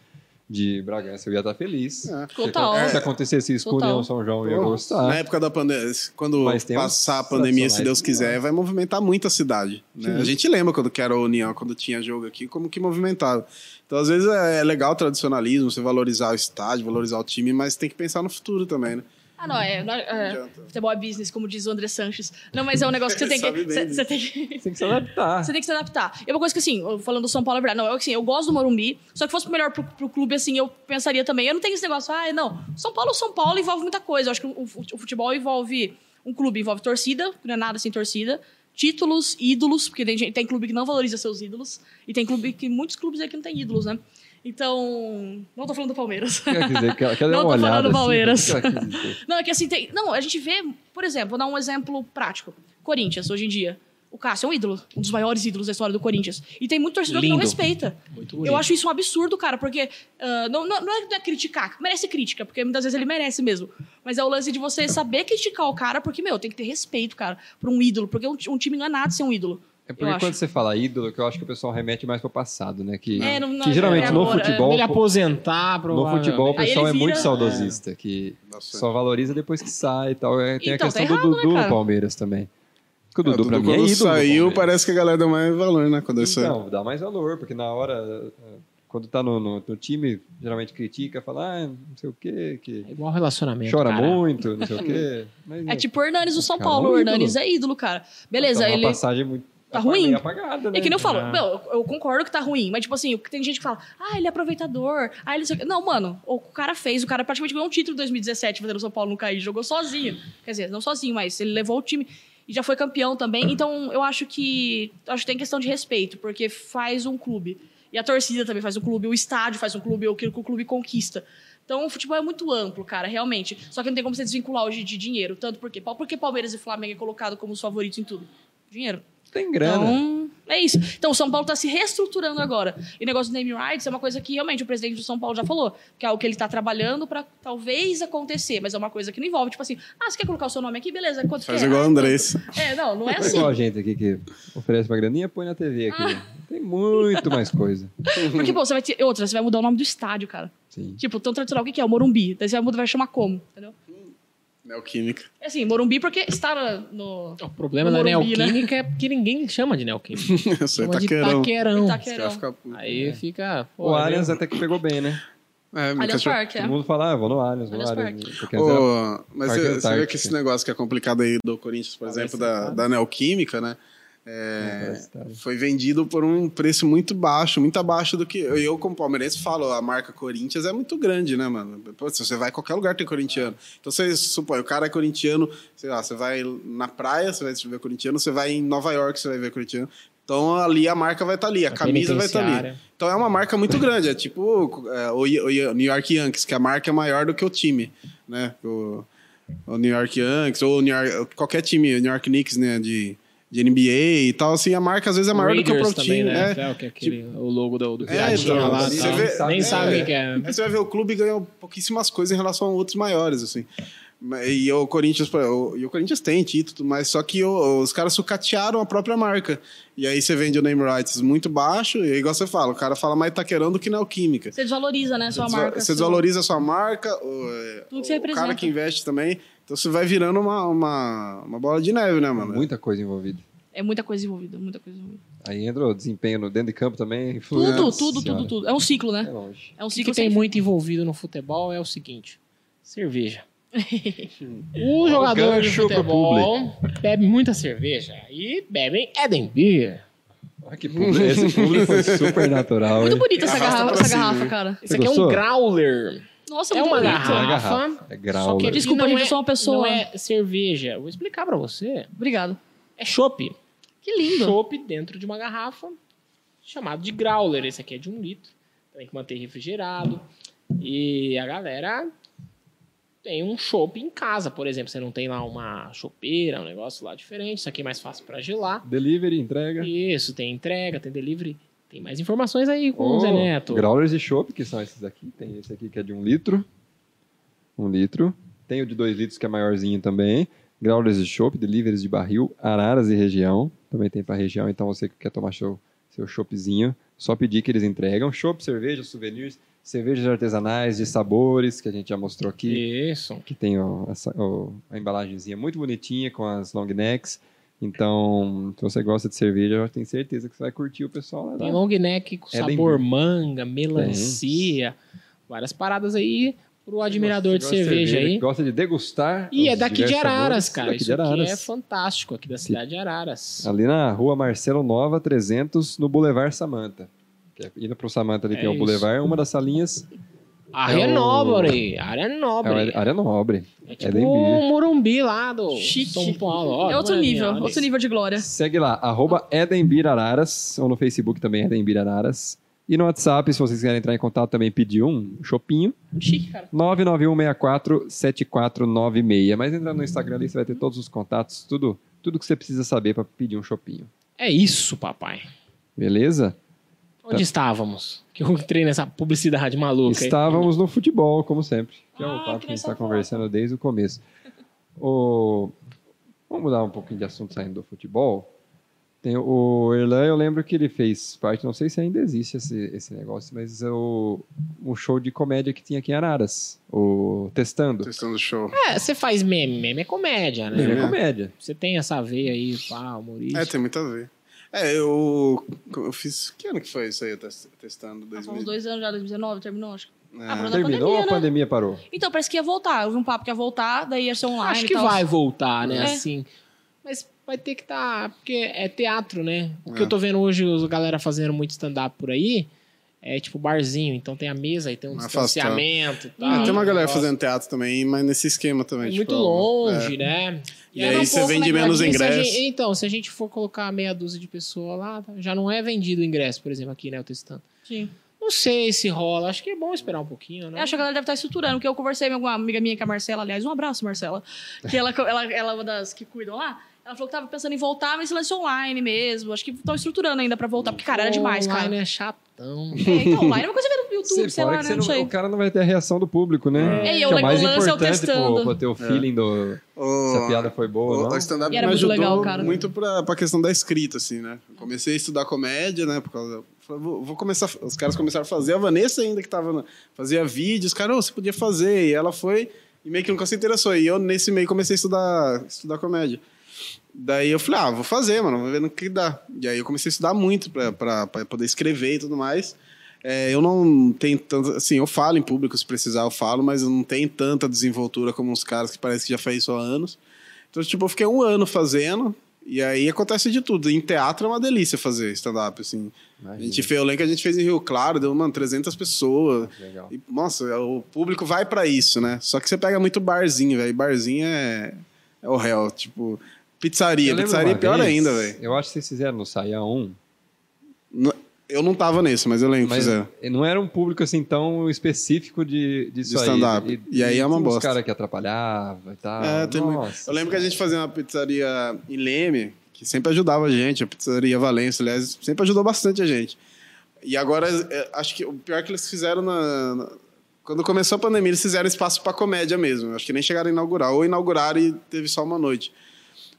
de Bragança, eu ia estar feliz.
É.
Se acon-
Total.
Se acontecesse isso com o
Total.
União São João, eu ia gostar.
Na época da pandemia, quando
Mas tem uns
passar a pandemia, se
tradicionais
Deus
que não
quiser, vai movimentar muito a cidade. né?
Sim.
A gente lembra quando que era a União, quando tinha jogo aqui, como que movimentava. Então, às vezes, é legal o tradicionalismo, você valorizar o estádio, valorizar o time, mas tem que pensar no futuro também, né?
Ah, não, é, não, é,
adianta.
Futebol é business, como diz o André Sanches. Não, mas é um negócio que você tem que.
Sabe bem
Você
disso.
você tem que.
Tem que se adaptar.
Você tem que se adaptar. E uma coisa que, assim, eu- falando do São Paulo, é verdade. Não, eu, assim, eu gosto do Morumbi, só que fosse melhor pro, pro clube, assim, eu pensaria também. Eu não tenho esse negócio, ah, não. São Paulo, São Paulo envolve muita coisa. Eu acho que o, o futebol envolve um clube, envolve torcida, que não é nada sem torcida, títulos, ídolos, porque tem, gente- tem clube que não valoriza seus ídolos, e tem clube que muitos clubes aqui não tem ídolos, né? Então, não tô falando do Palmeiras.
Quer dizer, quer, quer
Não
dar
tô
uma olhada.
falando
assim,
Palmeiras.
o que ela quis dizer?
Não, é que assim tem. Não, a gente vê, por exemplo, vou dar um exemplo prático. Corinthians, hoje em dia. O Cássio é um ídolo, um dos maiores ídolos da história do Corinthians. E tem muito torcedor que não
Lindo.
respeita.
Muito
Eu
bonito.
acho isso um absurdo, cara, porque ah, não, não, não é, não é criticar, merece crítica, porque muitas vezes ele merece mesmo. Mas é o lance de você saber criticar o cara, porque, meu, tem que ter respeito, cara, por um ídolo, porque um, ti- um time não é nada ser um ídolo.
É
Eu
porque
acho.
quando você fala ídolo, que eu acho que o pessoal remete mais pro passado, né? Que,
É, não- não-
que geralmente
é
no
agora, é.
futebol.
Ele aposentar,
No
provavelmente.
futebol o
Aí ele
pessoal é
vira-
muito saudosista, que
Bastante.
só valoriza depois que sai e tal. É, Tem
Então,
a
tá
questão
errado,
do
né,
Dudu no
cara?
Palmeiras também. Que o
É, o
Dudu pra mim é
quando
ídolo. do
saiu,
Palmeiras.
parece que a galera deu mais valor, né? Quando isso
Então, dá mais valor, porque na hora, eh, quando tá no, no- no time, geralmente critica, fala, ah, não sei o quê, que
É igual relacionamento.
chora
cara.
muito, não sei o quê. Mas,
É tipo o Hernanes do São
Cara,
Paulo.
é um
o
ídolo.
Hernanes é ídolo, cara. Beleza,
tá uma
ele.
passagem muito
tá
Apa-
ruim.
meio apagada, né?
É que nem eu falo,
Ah.
meu, eu- eu concordo que tá ruim, mas tipo assim, o que tem gente que fala, ah, ele é aproveitador, ah, ele não sei o quê. Não, mano, o que o cara fez, o cara praticamente ganhou um título em 2017 fazendo o São Paulo não cair, jogou sozinho. Quer dizer, não sozinho, mas ele levou o time e já foi campeão também. Então, eu acho que. Acho que tem questão de respeito, porque faz um clube. E a torcida também faz um clube, o estádio faz um clube, aquilo que o clube conquista. Então, o futebol é muito amplo, cara, realmente. Só que não tem como você desvincular hoje de dinheiro. Tanto porque. Por que Palmeiras e Flamengo é colocado como os favoritos em tudo? Dinheiro.
Tem grana.
Então, é isso. Então, o São Paulo está se reestruturando agora. E o negócio do name rights é uma coisa que realmente o presidente do São Paulo já falou, que é algo que ele está trabalhando para talvez acontecer, mas é uma coisa que não envolve, tipo assim, ah, você quer colocar o seu nome aqui? Beleza, quanto
Faz
que é?
igual o
Ah,
Andrés.
quanto? É, não, não é
Não é
assim.
igual a gente aqui que oferece uma graninha, põe na TV aqui.
Ah.
Tem muito mais coisa.
Porque, pô, você vai ter. Outra, você vai mudar o nome do estádio, cara.
Sim.
Tipo, tão tradicional, o que que é? O Morumbi. Daí você vai mudar, vai chamar como, entendeu?
Neoquímica.
É assim, Morumbi porque está na- no.
O problema da
No Morumbi, né?
neoquímica é que ninguém chama de neoquímica.
Eu sou
chama de
taqueirão.
taquerão.
Os caras
Itaquerão.
ficam putos.
Aí fica. pô,
o
né?
Allianz até que pegou bem, né?
É, me
Allianz
cachorro-
Parque, é.
Todo mundo fala, ah, vou no Allianz, vou no
Allianz
Allianz. Porque antes era-
Ô, mas
Parque
você, você vê que
Antártica.
esse negócio que é complicado aí do Corinthians, por
Parece
exemplo, da,
claro.
da Neoquímica, né? É,
parece, tá.
foi vendido por um preço muito baixo, muito abaixo do que. Eu, eu, como palmeirense, falo, a marca Corinthians é muito grande, né, mano? Pô, se você vai em qualquer lugar, tem corintiano. Então você supõe, o cara é corintiano, sei lá, você vai na praia, você vai ver corintiano, você vai em Nova York, você vai ver corintiano. Então ali a marca vai estar ali, a camisa vai estar ali.
penitenciária.
Então é uma marca muito grande, é tipo é, o, Yan- o Yan- New York Yankees, que a marca é maior do que o time, né? O, o New York Yankees ou o New York- qualquer time, o New York Knicks, né, de, de NBA e tal, assim, a marca às vezes é maior do que o
Raiders
próprio time,
também,
né?
né? É, o, que é aquele- o logo do, do
É,
Piratinha
então,
lá.
você
tal.
vê-
Nem
é.
sabe o que é.
Aí você vai ver o clube ganhou pouquíssimas coisas em relação a outros maiores, assim. E o Corinthians, pô, o- e o Corinthians tem título, mas só que o- os caras sucatearam a própria marca. E aí você vende o name rights muito baixo, e aí, igual você fala, o cara fala mais taquerão do que neoquímica.
Você desvaloriza, né, sua
Você
marca.
Você
sua-
desvaloriza a sua marca, o,
Tudo que você
o cara
representa.
que investe também. Então você vai virando uma, uma, uma bola de neve, né, mano?
Muita coisa envolvida.
É muita coisa envolvida, muita coisa envolvida.
Aí entra o desempenho no- dentro de campo também.
Tudo,
Nossa
tudo,
Senhora.
tudo, tudo. É um ciclo,
É
né?
longe.
É um
O que,
ciclo
tem
sem
muito envolvido no futebol é o seguinte: cerveja. o jogador de
gancho pro
futebol bebe muita cerveja e bebem Eden Beer.
Ah, que público. Esse público foi super natural,
Muito
hein?
bonita essa
Arrasta
garrafa,
pra
essa
cima.
garrafa, cara.
Isso
Você
aqui é
gostou?
um growler.
Nossa,
É
muito
uma
bonita.
Não é
garrafa.
garrafa, é
Só
grau.
que
né?
Desculpa,
aqui não
gente, eu sou uma pessoa.
Não é cerveja. Vou explicar pra você.
Obrigado.
É chopp.
Que lindo.
Chopp dentro de uma garrafa, chamado de growler. Esse aqui é de um litro. Tem que manter refrigerado. E a galera tem um chopp em casa, por exemplo. Você não tem lá uma chopeira, um negócio lá diferente. Isso aqui é mais fácil pra gelar.
Delivery, entrega.
Isso, tem entrega, tem delivery. Tem mais informações aí com o
Oh,
Zé Neto.
Growlers e Chopp, que são esses aqui. Tem esse aqui que é de um litro. Um litro. Tem o de dois litros, que é maiorzinho também. Growlers e Chopp, deliveries de barril, araras e região. Também tem pra região, então você que quer tomar show, seu choppzinho, só pedir que eles entregam. Chopp, cerveja, souvenirs, cervejas artesanais de sabores, que a gente já mostrou aqui.
Isso.
que tem ó, essa, ó, a embalagenzinha muito bonitinha com as long necks. Então, se você gosta de cerveja, eu tenho certeza que você vai curtir o pessoal lá.
Tem
da-
long neck com
tá. É bem
sabor manga, melancia, várias paradas aí pro admirador de
Você gosta
cerveja, aí.
que Gosta de degustar.
E é
os
daqui de
diversos
Araras,
sabores.
cara.
Daqui
Isso
de Araras.
aqui é fantástico, aqui da cidade de Araras.
Ali na rua Marcelo Nova 300, no Boulevard Samanta. Que é, indo pro Samanta ali,
É
que é o
isso.
Boulevard, uma das salinhas
Área
É o-
nobre, área
é
nobre.
a área nobre.
É
é
tipo
bem
o
bem.
Morumbi lá do
Chique.
São Paulo. Ó,
é outro
maravilha,
nível,
olha
outro
isso.
nível de glória.
Segue lá, arroba Edenbir Araras, ou no Facebook também, Edenbir Araras. E no WhatsApp, se vocês quiserem entrar em contato também, pedir um chopinho.
Chique, cara.
991647496. Mas entra no Instagram ali, você vai ter todos os contatos, tudo, tudo que você precisa saber para pedir um chopinho.
É isso, papai.
Beleza? Tá.
Onde estávamos? Que eu entrei nessa publicidade maluca. aí.
Estávamos no futebol, como sempre. Que é
Ah,
o papo que a gente
criança
está
fala.
conversando desde o começo. O... Vamos mudar um pouquinho de assunto saindo do futebol. Tem o Erlan, eu lembro que ele fez parte, não sei se ainda existe esse, esse negócio, mas é o, um show de comédia que tinha aqui em Araras, o Testando.
Questão do show.
É, você faz meme, meme é comédia, né?
É comédia.
Você tem essa veia aí, pá, humorista.
É, tem muito a ver. É, eu, eu fiz. Que ano que foi isso aí? Eu tes-
Tá
testando
Ah, Faz
2000.
uns dois anos já, 2019, terminou, acho. Ah, por
É.
exemplo,
Terminou ou a
pandemia, né?
pandemia parou?
Então, parece que ia voltar. Eu vi um papo que ia voltar, daí ia ser online
Acho
e
que
tal.
vai voltar, né?
É.
Assim. Mas vai ter que estar. porque é teatro, né? O que
É.
eu tô vendo hoje, a galera fazendo muito stand-up por aí, é tipo barzinho. Então tem a mesa aí tem um
Afastado.
distanciamento. e
Uhum.
tal,
É, tem uma galera
negócio.
fazendo teatro também, mas nesse esquema também.
É
tipo,
muito longe, né?
E
era
aí
um
você
pouco
vende
naquela
menos
disso, a
ingresso.
gente- então, se a gente for colocar meia dúzia de pessoa lá, já não é vendido o ingresso, por exemplo, aqui, né? Eu testando.
Sim.
Não sei se rola. Acho que é bom esperar um pouquinho,
Eu
né?
acho que a galera deve estar estruturando, porque eu conversei com uma amiga minha, que é a Marcela, aliás, um abraço, Marcela, que ela, ela, ela é uma das que cuidam lá. Ela falou que tava pensando em voltar, mas esse lance online mesmo. Acho que estão estruturando ainda pra voltar, porque, cara, era demais, cara.
Online é chatão.
É, então, online é uma coisa que vê no YouTube,
Sei,
sei,
fora
lá,
que
né?
você
Não
não-
sei.
o cara não vai ter a reação do público, né?
É, e
Que
o
o mais
lance é o
importante pro-
testando.
pra ter o feeling do, se a
É. Ô,
piada foi boa
O,
ou
o
não.
stand-up
E
me
era muito
ajudou
legal, cara.
muito pra, pra questão da escrita, assim, né? Eu comecei a estudar comédia, né? Por causa. falei, Vou, vou começar. Os caras começaram a fazer. A Vanessa ainda que tava. na- Fazia vídeos, cara, "Ô, você podia fazer. E ela foi. E meio que nunca se interessou. E eu, nesse meio, comecei a estudar, estudar comédia. Daí eu falei, ah, vou fazer, mano, vou ver no que dá. E aí eu comecei a estudar muito pra, pra, pra poder escrever e tudo mais. É, eu não tenho tanto. Assim, eu falo em público se precisar, eu falo, mas eu não tenho tanta desenvoltura como uns caras que parece que já fez isso há anos. Então, tipo, eu fiquei um ano fazendo. E aí acontece de tudo. Em teatro é uma delícia fazer stand-up, assim. A gente fez, eu lembro que a gente fez em Rio Claro, deu, mano, 300 pessoas.
Legal.
E, nossa, é, o público vai pra isso, né? Só que você pega muito barzinho, velho. Barzinho é, é o réu. Tipo, pizzaria.
Eu lembro
Pizzaria é
uma
pior
vez,
ainda, velho.
Eu acho que vocês fizeram no Saia 1,
N- Eu não tava nesse, mas eu lembro que
mas
fizeram.
não era um público assim tão específico de, disso
De stand-up.
aí.
E aí é uma
tinha
bosta.
Os caras que atrapalhavam e tal.
É, tem muito-
Nossa.
Eu lembro que a gente fazia uma pizzaria em Leme, que sempre ajudava a gente, a pizzaria Valença, aliás, sempre ajudou bastante a gente. E agora, é, acho que o pior que eles fizeram na. na- Quando começou a pandemia, eles fizeram espaço pra comédia mesmo. Acho que nem chegaram a inaugurar. Ou inauguraram e teve só uma noite.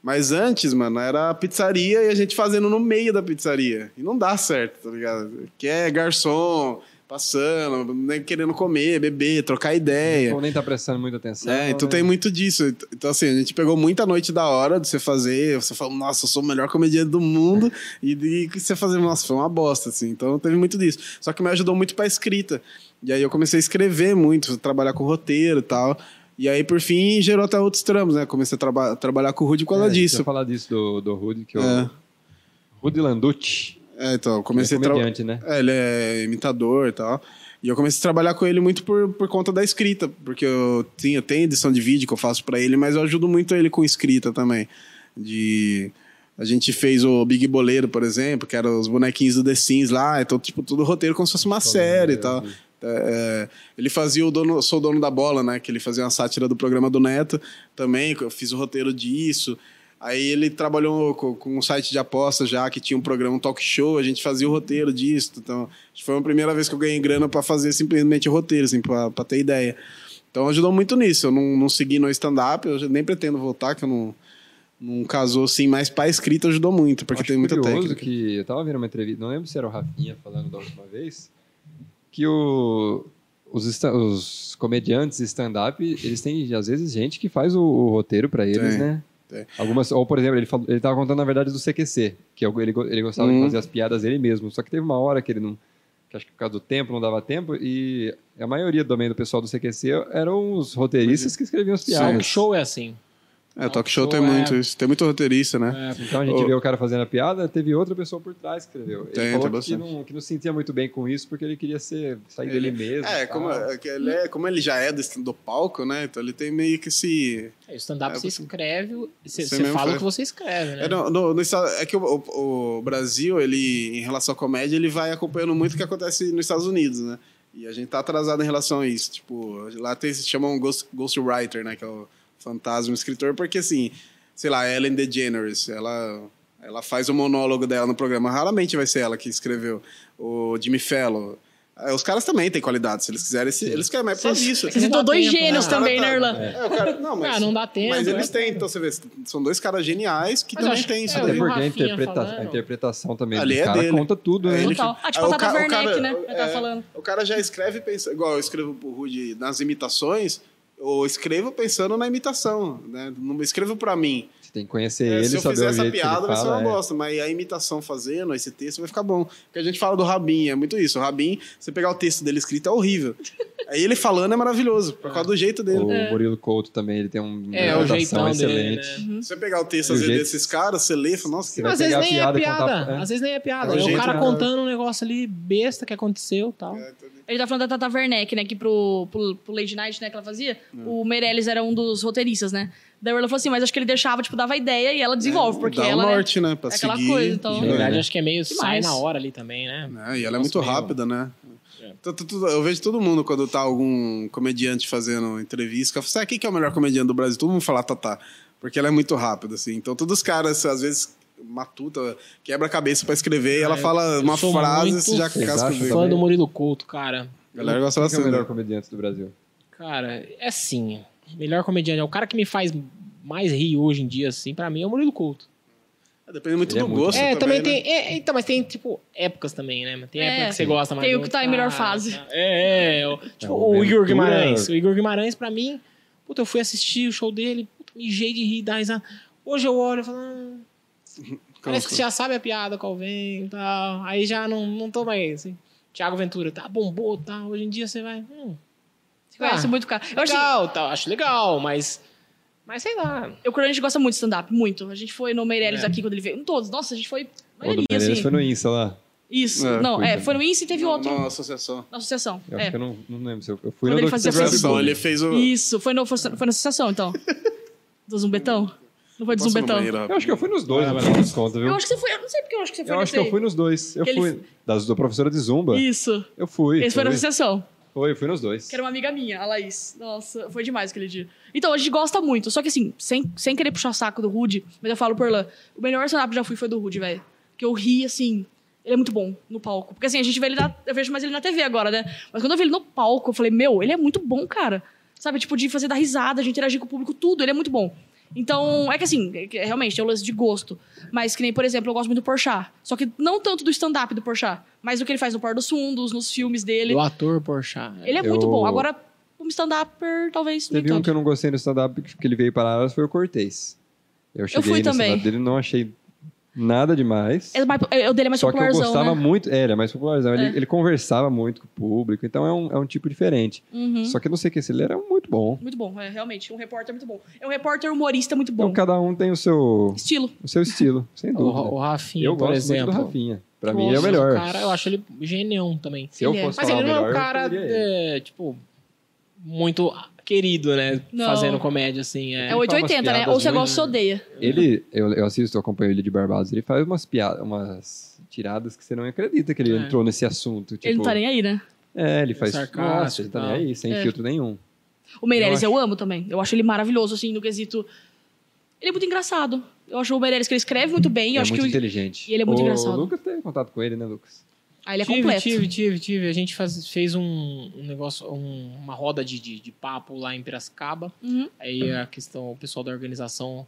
Mas antes, mano, era a pizzaria e a gente fazendo no meio da pizzaria. E não dá certo, tá ligado? Que é garçom, passando, nem querendo comer, beber, trocar ideia.
Ou nem tá prestando muita atenção.
É, então
né?
tem muito disso. Então, assim, a gente pegou muita noite da hora de você fazer. Você fala, nossa, eu sou o melhor comediante do mundo. e de que você fazer, nossa, foi uma bosta, assim. Então teve muito disso. Só que me ajudou muito pra escrita. E aí eu comecei a escrever muito, trabalhar com roteiro e tal. E aí, por fim, gerou até outros tramos, né? Comecei a traba- trabalhar com o Rude por causa
É, deixa
disso.
eu falar disso do, do Rudy, que
É.
o Rudy Landucci,
É, então, eu
que é
comecei a trabalhar.
comediante, né?
É, ele é imitador e tal. E eu comecei a trabalhar com ele muito por, por conta da escrita, porque eu, tinha, eu tenho edição de vídeo que eu faço pra ele, mas eu ajudo muito ele com escrita também. De... A gente fez o Big Boleiro, por exemplo, que era os bonequinhos do The Sims lá, então, tipo, tudo roteiro como se fosse uma série e tal. É, é, ele fazia o dono, Sou Dono da Bola, né? Que ele fazia uma sátira do programa do Neto também, que eu fiz o roteiro disso. Aí ele trabalhou co- com, um site de aposta já, que tinha um programa, um talk show, a gente fazia o roteiro disso. Então, acho que foi a primeira vez que eu ganhei grana pra fazer simplesmente o roteiro, assim, pra, pra ter ideia. Então ajudou muito nisso. Eu não, não segui no stand-up, eu nem pretendo voltar, que eu não, não casou assim, mas pra escrita ajudou muito, porque
Acho
tem muita
curioso
técnica.
que eu tava vendo uma entrevista, não lembro se era o Rafinha falando da última vez, que o- os, esta- os comediantes stand-up, eles têm, às vezes, gente que faz o, o roteiro pra eles,
Tem,
né?
tem.
Algumas, ou, por exemplo, ele, falou, ele tava contando, na verdade, do CQC, que é o- ele, go- ele gostava de
Uhum.
fazer as piadas dele mesmo, só que teve uma hora que ele não... que acho que por causa do tempo não dava tempo, e a maioria também do pessoal do CQC eram os roteiristas que escreviam as
Sim.
Talk
piadas.
show é assim.
É, talk show tem muito isso. Tem muito roteirista, né?
Então a gente
Ô.
vê o cara fazendo a piada, teve outra pessoa por trás que escreveu. Ele
Tem,
falou
tem
que,
bastante.
não, que não se sentia muito bem com isso porque ele queria ser, sair
Ele-
dele mesmo.
É,
e tal.
como, é que ele é- como ele já é do, stand- do palco, né? Então ele tem meio que esse.
É, o stand-up
É,
você
você-
escreve, você,
você
você
mesmo
fala o
faz.
que você escreve, né?
É, no- no- no esta- é que o, o- o Brasil, ele, em relação à comédia, ele vai acompanhando muito o que acontece nos Estados Unidos, né? E a gente tá atrasado em relação a isso. Tipo, lá tem, se chama um ghost, ghostwriter, né? Que é o fantasma escritor, porque assim, sei lá, Ellen DeGeneres, ela, ela faz o monólogo dela no programa. Raramente vai ser ela que escreveu. O Jimmy Fallon. Ah, Os caras também têm qualidade, se eles quiserem, se- eles querem, mas é por
Vocês-
isso.
Você
Não dá
citou dois
tempo,
gênios
né?
também, né,
Ah, tá.
Irlan?
É, o cara- não, mas,
Ah, não dá tempo.
mas eles
né?
têm, então você vê, são dois caras geniais que
Mas
também
acho-
têm isso
é,
Até
eu vi
daí.
o
porque a,
Rafinha
interpreta-
falando.
a interpretação também
Ali
do
é
cara
dele.
conta tudo,
É
né?
ele que-
Total. Ah, tipo
é,
a
o
Tata
ca- o cara-
Werneck, né? Eu tava
é.
falando.
O cara já escreve pensando. Igual eu escrevo pro Rude nas imitações, eu escrevo pensando na imitação. Né? Não escrevo pra mim.
Você tem que conhecer
É,
ele,
se eu
saber
fizer
o
essa
jeito
piada,
que ele
vai ser uma
fala. é.
bosta. Mas a imitação fazendo esse texto vai ficar bom. Porque a gente fala do Rabin, é muito isso. O Rabin, você pegar o texto dele escrito, é horrível. Aí ele falando é maravilhoso, por causa do jeito dele.
O Murilo Couto também, ele tem um- uma
né?
É, o
adaptação
jeitão dele,
excelente.
né?
Se você pegar o texto,
Do
às vezes,
jeito-
desses caras, você lê e fala, nossa,
Você
que
vai
Às vezes
pegar a
nem é
piada e
piada.
contar- é.
Às vezes nem é
É
piada.
o
É, o
jeito, É,
cara
né?
contando um negócio ali besta que aconteceu e tal.
Ele tá falando da Tata Werneck, né? Que pro, pro, pro Lady Night, né, que ela fazia,
Hum.
o Meirelles era um dos roteiristas, né? Daí ela falou assim, mas acho que ele deixava, tipo, dava ideia e ela desenvolve, porque
É, Dá
ela.
o
né,
norte, né? Pra
é aquela
seguir.
coisa, então.
Na
É,
verdade,
né?
acho que é meio sai
Demais.
na hora ali também, né?
É, e ela
Nossa,
é muito
meio-
rápida, né?
É.
Tu- tu- tu- Eu vejo todo mundo quando tá algum comediante fazendo entrevista. Eu falo, sabe quem que é o melhor comediante do Brasil? Todo mundo fala "Ah, Tatá. Porque ela é muito rápida, assim. Então, todos os caras, às vezes, matuta, quebra a cabeça pra
Ah,
escrever e ela
é.
eu-
fala
eu
uma
sou
frase
muito
você já
Vocês
casca o
acham
bico.
Fã
também.
do Murilo Couto, cara.
A galera gosta
Quem que é o
bastante.
melhor
né?
comediante do Brasil?
Cara, é assim. Melhor comediante. É o cara que me faz mais rir hoje em dia, assim, pra mim, é o Murilo Couto.
É, Depende muito
Ele é
do
muito
gosto.
é, também,
né?
tem. é, é, então, mas tem, tipo, épocas também, né? Tem
É,
época que você gosta mais.
tem o
do
que tá em
outro
melhor
cara,
fase.
tá? É, é. o- Tipo,
o
o Igor
Ventura.
Guimarães. O Igor Guimarães, pra mim, puta, eu fui assistir o show dele, puta, mijei de rir, dar risada. Hoje eu olho e falo. "Ah, Parece que você já sabe a piada qual vem e tal. Aí já não, não tô mais. Assim. Tiago Ventura, tá, bombou, tá. Hoje em dia você vai. Hum,
Você conhece
Ah,
muito o cara. Eu acho que-
legal, tal, acho legal, mas. Mas sei lá.
eu, quando a gente gosta muito de stand-up, muito. A gente foi no Meirelles
É.
aqui quando ele veio. Em todos, nossa, a gente foi.
O
Maioria,
do Meirelles
assim.
foi no Insta lá.
Isso.
É,
não,
foi
é,
também.
foi no Insta e teve
Não,
outro
não, associação.
na associação.
Eu acho
é.
que eu não, não lembro se eu, eu fui
Quando
no
ele
do
fazia
Fred
Associação,
Bull.
ele fez o...
Isso, foi, no, foi na associação, então. Do Zumbetão? Não foi do
Passa no
Zumbetão?
banheiro,
Eu
rapaz.
acho que eu fui nos dois,
Ah,
no final das contas, viu?
Eu acho que você foi. Eu não sei porque eu acho que você foi
Eu acho
nesse
que eu
aí.
fui nos dois. Eu
Que ele-
fui. Das do professora de Zumba.
Isso.
Eu fui.
Esse foi na
fui.
associação.
Foi, eu fui nos dois.
Que era uma amiga minha, a Laís. Nossa, foi demais aquele dia. Então, a gente gosta muito. Só que assim, sem, sem querer puxar saco do Rude, mas eu falo por lá, o melhor stand-up que eu já fui foi do Rude, velho. Que eu ri, assim, ele é muito bom no palco. Porque assim, a gente vê ele na, eu vejo mais ele na TV agora, né? Mas quando eu vi ele no palco, eu falei, meu, ele é muito bom, cara. Sabe, tipo, de fazer dar risada, de interagir com o público, tudo, ele é muito bom. Então, é que assim, é que realmente, é um lance de gosto. Mas que nem, por exemplo, eu gosto muito do Porchat. Só que não tanto do stand-up do Porchat, mas do que ele faz no Par dos Fundos, nos filmes dele.
O ator Porchat.
Ele é
Eu-
muito bom. Agora, um stand-upper, talvez nem
Teve um
tanto.
que eu não gostei no stand-up que que ele veio para Aras foi o Cortez. Eu cheguei
fui
no
também.
stand-up dele, não achei nada demais.
É mais- é- o dele é mais
Só que eu
popularzão,
gostava
né?
muito. É, ele é mais popularzão. Ele, ele conversava muito com o público, então é um, é um tipo diferente.
Uhum.
Só que eu não sei que esse ele era muito bom.
Muito bom, é, realmente. Um repórter muito bom. É um repórter humorista muito bom.
Então cada um tem o seu,
Estilo.
o seu estilo, sem
O,
dúvida.
o Rafinha,
eu
por
gosto
exemplo.
muito do Rafinha. Pra
Eu
mim ele é o
gosto,
melhor.
Cara, eu acho ele genião também.
Se eu
Ele é.
fosse
Mas
falar
ele não
o
é
melhor,
um cara,
eu escolheria ele.
é, tipo, muito querido, né?
Não.
Fazendo comédia, assim. É.
É 880,
fala umas
né? Ou você
piadas
gosta ou você odeia.
Ele, eu, eu assisto, eu acompanho ele de Barbados, ele faz umas piadas, umas tiradas que você não acredita que ele
É.
entrou nesse assunto. Tipo,
Ele não tá nem aí, né?
É, ele faz.
Sarcástico
Nossa, ele tá
e
nem
tal.
aí, sem
É.
filtro nenhum.
O Meirelles
Eu
eu, amo também. Eu acho ele maravilhoso, assim, no quesito... Ele é muito engraçado. Eu acho o Meirelles que ele escreve muito bem. Eu
é
acho
muito
que o-
inteligente.
e ele é muito
o
engraçado.
Lucas teve contato com ele, né, Lucas?
Ah, ele é
tive,
completo.
tive, tive, tive. A gente faz- fez um, um negócio, um- uma roda de, de, de papo lá em Piracicaba.
Uhum.
Aí a questão, o pessoal da organização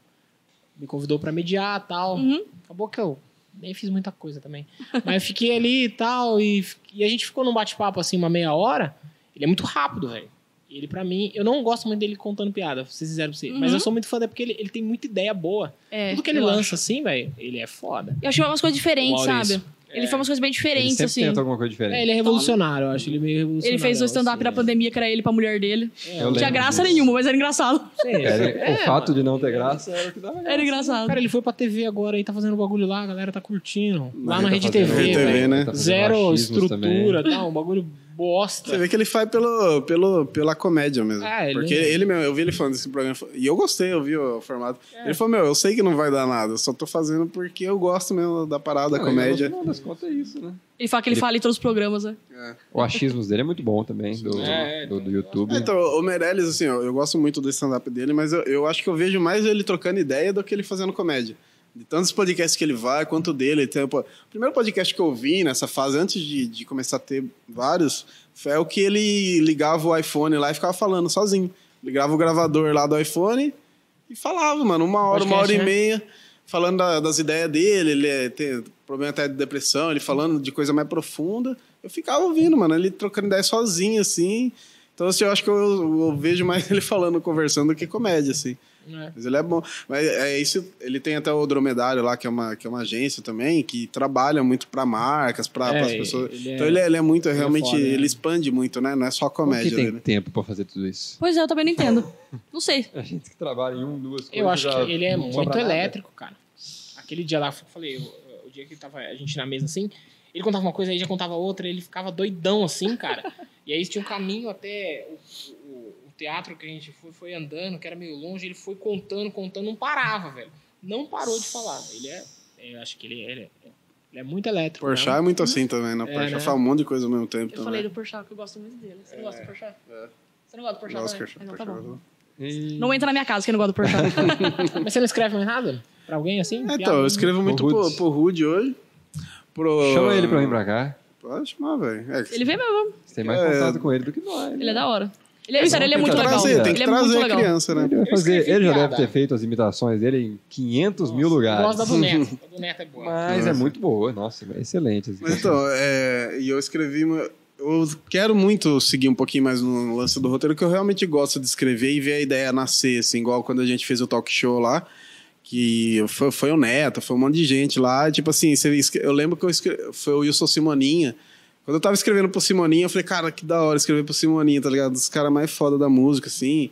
me convidou pra mediar e tal.
Uhum.
Acabou que eu nem fiz muita coisa também. Mas eu fiquei ali e tal, e, f- e a gente ficou num bate-papo assim uma meia hora. Ele é muito rápido, velho. Ele, pra mim, eu não gosto muito dele contando piada, pra ser sincero pra você. Mas
Uhum.
eu sou muito fã dele porque ele, ele tem muita ideia boa.
É,
Tudo que ele
eu
lança
acho.
assim, velho, ele é foda.
Eu acho que é umas coisas diferentes,
O
sabe?
Maurício.
Ele faz umas coisas bem
é. ele
diferentes,
sempre
assim.
tenta alguma coisa
É,
diferente.
ele é revolucionário, eu acho. Ele é meio revolucionário.
Ele fez o stand-up
assim,
na
né?
pandemia, que era ele pra mulher dele.
É,
Eu
eu
Não tinha
lembro
graça
disso.
nenhuma, mas era engraçado.
sei.
É,
É,
o fato
mano.
de não ter graça era o que dava.
Era assim, engraçado.
Cara, ele foi pra TV agora aí, tá fazendo bagulho lá, a galera tá curtindo. lá na
ele tá
Rede
fazendo-
TV,
Rede TV,
velho.
né?
fazendo
Zero
achismos
estrutura,
também.
tal, um bagulho bosta.
Você vê que ele faz pelo, pelo, pela comédia mesmo.
Ah, ele-
Porque ele mesmo, eu vi ele falando desse programa, e eu gostei, eu vi o formato.
É.
Ele falou, meu, eu sei que não vai dar nada, eu só tô fazendo porque eu gosto mesmo da parada, da
Não,
comédia.
No final das contas é isso, né?
Ele fala que ele,
Ele-
fala em todos os programas, né?
O achismos dele é muito bom também, do,
É, é,
do, do
então,
YouTube.
É, Então, o Meirelles, assim, eu, eu gosto muito do stand-up dele, mas eu, eu acho que eu vejo mais ele trocando ideia do que ele fazendo comédia. De tantos podcasts que ele vai, quanto dele. Tem, pô, o primeiro podcast que eu vi nessa fase, antes de, de começar a ter vários, foi o que ele ligava o iPhone lá e ficava falando sozinho. Ligava o gravador lá do iPhone e falava, mano, uma hora, uma hora
Podcast,
e
né?
meia, falando da- das ideias dele, ele é- tem problema até de depressão, ele falando de coisa mais profunda. Eu ficava ouvindo, mano, ele trocando ideia sozinho, assim. Então, assim, eu acho que eu, eu vejo mais ele falando, conversando, do que comédia, assim.
É.
Mas ele é bom. Mas é isso. Ele tem até o dromedário lá, que é uma, que é uma agência também, que trabalha muito para marcas, para
É,
as pessoas.
ele é-
então ele é, ele é muito,
é
realmente,
foda, né?
ele expande muito, né? Não é só
Como
comédia.
que tem
né?
tempo pra fazer tudo isso?
Pois é, eu também não entendo. Não sei.
A gente que trabalha em um, duas coisas.
Eu acho
já
que ele é
não sobra
muito
nada.
elétrico, cara. Aquele dia lá, eu falei, o, o dia que tava a gente na mesa assim, ele contava uma coisa, aí já contava outra, ele ficava doidão assim, cara. e aí tinha um caminho até o, o- o teatro que a gente foi, foi andando, que era meio longe, ele foi contando, contando, não parava, velho. Não parou de falar. Ele é. Eu acho que ele, ele é, ele é muito elétrico.
Porchat
né?
é muito assim também, né? O
É,
Porchat
né?
fala um monte de coisa ao mesmo tempo
Eu
também.
falei do Porchat, que eu gosto muito dele. Você não gosta do Porchat?
É.
Você não gosta do Porchat?
Gosto
também?
do Porchat,
Ah, Não, tá
Porchat,
bom.
E-
Não é- entra na minha casa que eu não gosto do Porchat.
Mas você não escreve mais nada? Pra alguém assim?
É,
Piada?
então, eu
né?
escrevo muito pro,
Rudes.
pro Rude hoje. Pro...
Chama ele pra vir pra cá.
Pode chamar, velho. É,
Ele vem mesmo.
Você tem mais
É.
contato com ele do que nós.
Ele é da hora. Ele, é- sério, ele é
Tem que
muito legal.
trazer, tem
que
ele é
trazer
muito
a
legal.
criança, né?
Ele, vai fazer,
escrevi
ele já deve
piada.
ter feito as imitações dele em 500 mil
Eu gosto da
lugares.
do Neto. A do Neto é boa.
Mas é muito boa. Nossa, é excelente.
Mas então, é, e eu escrevi. uma- Eu quero muito seguir um pouquinho mais no lance do roteiro, que eu realmente gosto de escrever e ver a ideia nascer, assim, igual quando a gente fez o talk show lá, que foi, foi o Neto, foi um monte de gente lá. Tipo assim, você escre- eu lembro que eu escre- foi o Wilson Simoninha. Quando eu tava escrevendo pro Simoninha, eu falei, cara, que da hora escrever pro Simoninha, tá ligado? Dos caras mais foda da música, assim.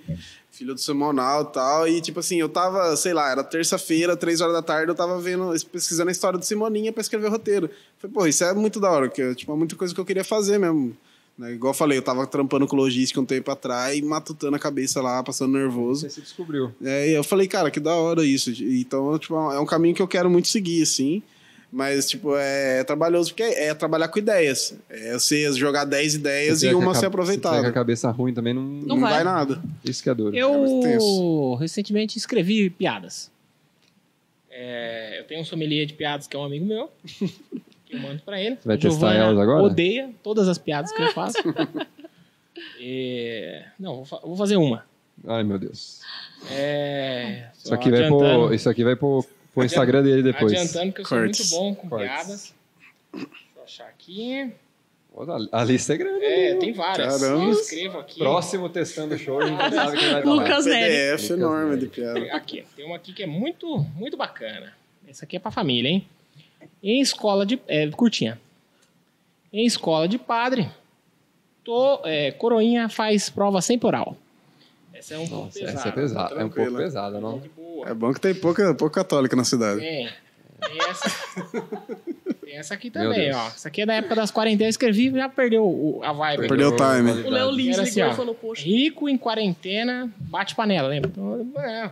Filho do Simonal e tal. E, tipo assim, eu tava, sei lá, era terça-feira, três horas da tarde, eu tava vendo, pesquisando a história do Simoninha pra escrever o roteiro. Falei, pô, isso é muito da hora, porque, tipo, é muita coisa que eu queria fazer mesmo. né? Igual eu falei, eu tava trampando com logística um tempo atrás, matutando a cabeça lá, passando nervoso.
Você se descobriu.
É, e eu falei, cara, que da hora isso. Então, tipo, é um caminho que eu quero muito seguir, assim. Mas, tipo, é trabalhoso porque é, é trabalhar com ideias. É você jogar 10 ideias
Se
e
tiver
uma
com a ca- Se tiver
ser
com
aproveitada.
a cabeça ruim também, não,
Não,
Não
vai.
vai.
nada.
isso que é duro.
mas
Eu
tenso.
recentemente escrevi piadas. É, eu tenho um sommelier de piadas que é um amigo meu. que eu mando pra ele.
Você vai
O
testar
Giovanna
elas agora?
odeia todas as piadas que eu faço. E- Não, vou, fa- vou fazer uma.
Ai, meu Deus.
É,
Tá
Isso aqui vai,
adiantando-
pro, isso aqui vai pro, pro Instagram dele depois.
Adiantando que eu
Cortes.
sou muito bom com
Cortes.
piadas. Deixa eu achar aqui.
Olha, A lista é grande.
É, tem várias.
Caramba.
Eu escrevo aqui.
Próximo testando show, a gente sabe quem vai dar lá.
Lucas Nery.
PDF
Lucas
enorme
Nery.
de piada.
Aqui, tem uma aqui que é muito, muito bacana. Essa aqui é pra família, hein? Em escola de. É, curtinha. Em escola de padre, to- é, coroinha faz prova sem oral. Essa é um pouco
Nossa,
pesada.
essa é pesada. É um pouco
Tranquila.
pesada, não?
De boa.
É bom que tem pouca, pouco católica na cidade.
Tem. Tem essa. Tem essa aqui
Meu
também,
Deus.
ó. Essa aqui é da época das quarentenas. Eu escrevi já perdeu o- a vibe.
Perdeu o time.
O Léo Lins
Era assim,
ligou
ó.
e falou, poxa.
Rico em quarentena, bate panela, lembra? Então, é.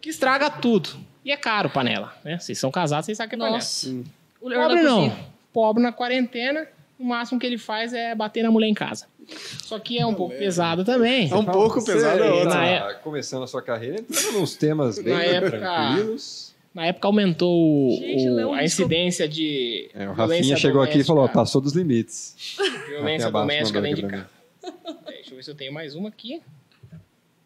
Que estraga tudo. E é caro panela, né? Vocês são casados, vocês sabem que é panela.
Nossa. O Léo
Pobre
na
não.
cozinha.
Pobre na quarentena, o máximo que ele faz é bater na mulher em casa. Só que é um pouco pesado também.
Então-
É um pouco
Você
pesado, é
tá
ótimo.
Na
começando a sua carreira, entrando nos temas bem
Na época-
tranquilos.
Na época aumentou o-
Gente,
o-
Léo,
a
desculpa.
incidência de
É, o
violência
Rafinha chegou aqui e
doméstica-
falou, ó, passou dos limites. Rafinha
Violência
Bastos
doméstica
mandou
dentro
aqui
de
pra
casa. Deixa eu ver se eu tenho mais uma aqui.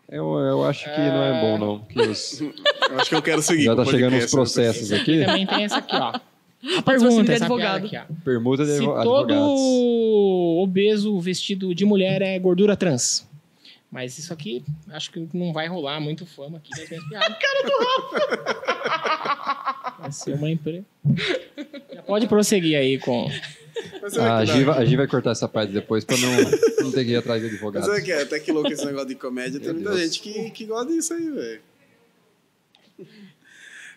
Eu, eu acho que não é bom, não. que os-
Eu acho que eu quero seguir.
já
com
tá
o
chegando
podcast,
uns processos aqui.
Também tem essa aqui, ó. A
Patrocínio de
pergunta, essa piada
advogado.
aqui, ó.
Permuta de
Se
advo- advogados.
todo obeso vestido de mulher é gordura trans. Mas isso aqui, acho que não vai rolar muito fama aqui das minhas piadas. cara do Rafa! Vai ser uma empresa. Já pode prosseguir aí com...
né? Mas será
Ah, A
que é? dá?
Gi, vai- a Gi vai cortar essa parte depois pra não, não ter que ir atrás de
Mas
advogados.
sabe que é? Até que louco esse negócio de comédia. Tem
Meu
muita
Deus.
gente que, que gosta disso aí, velho.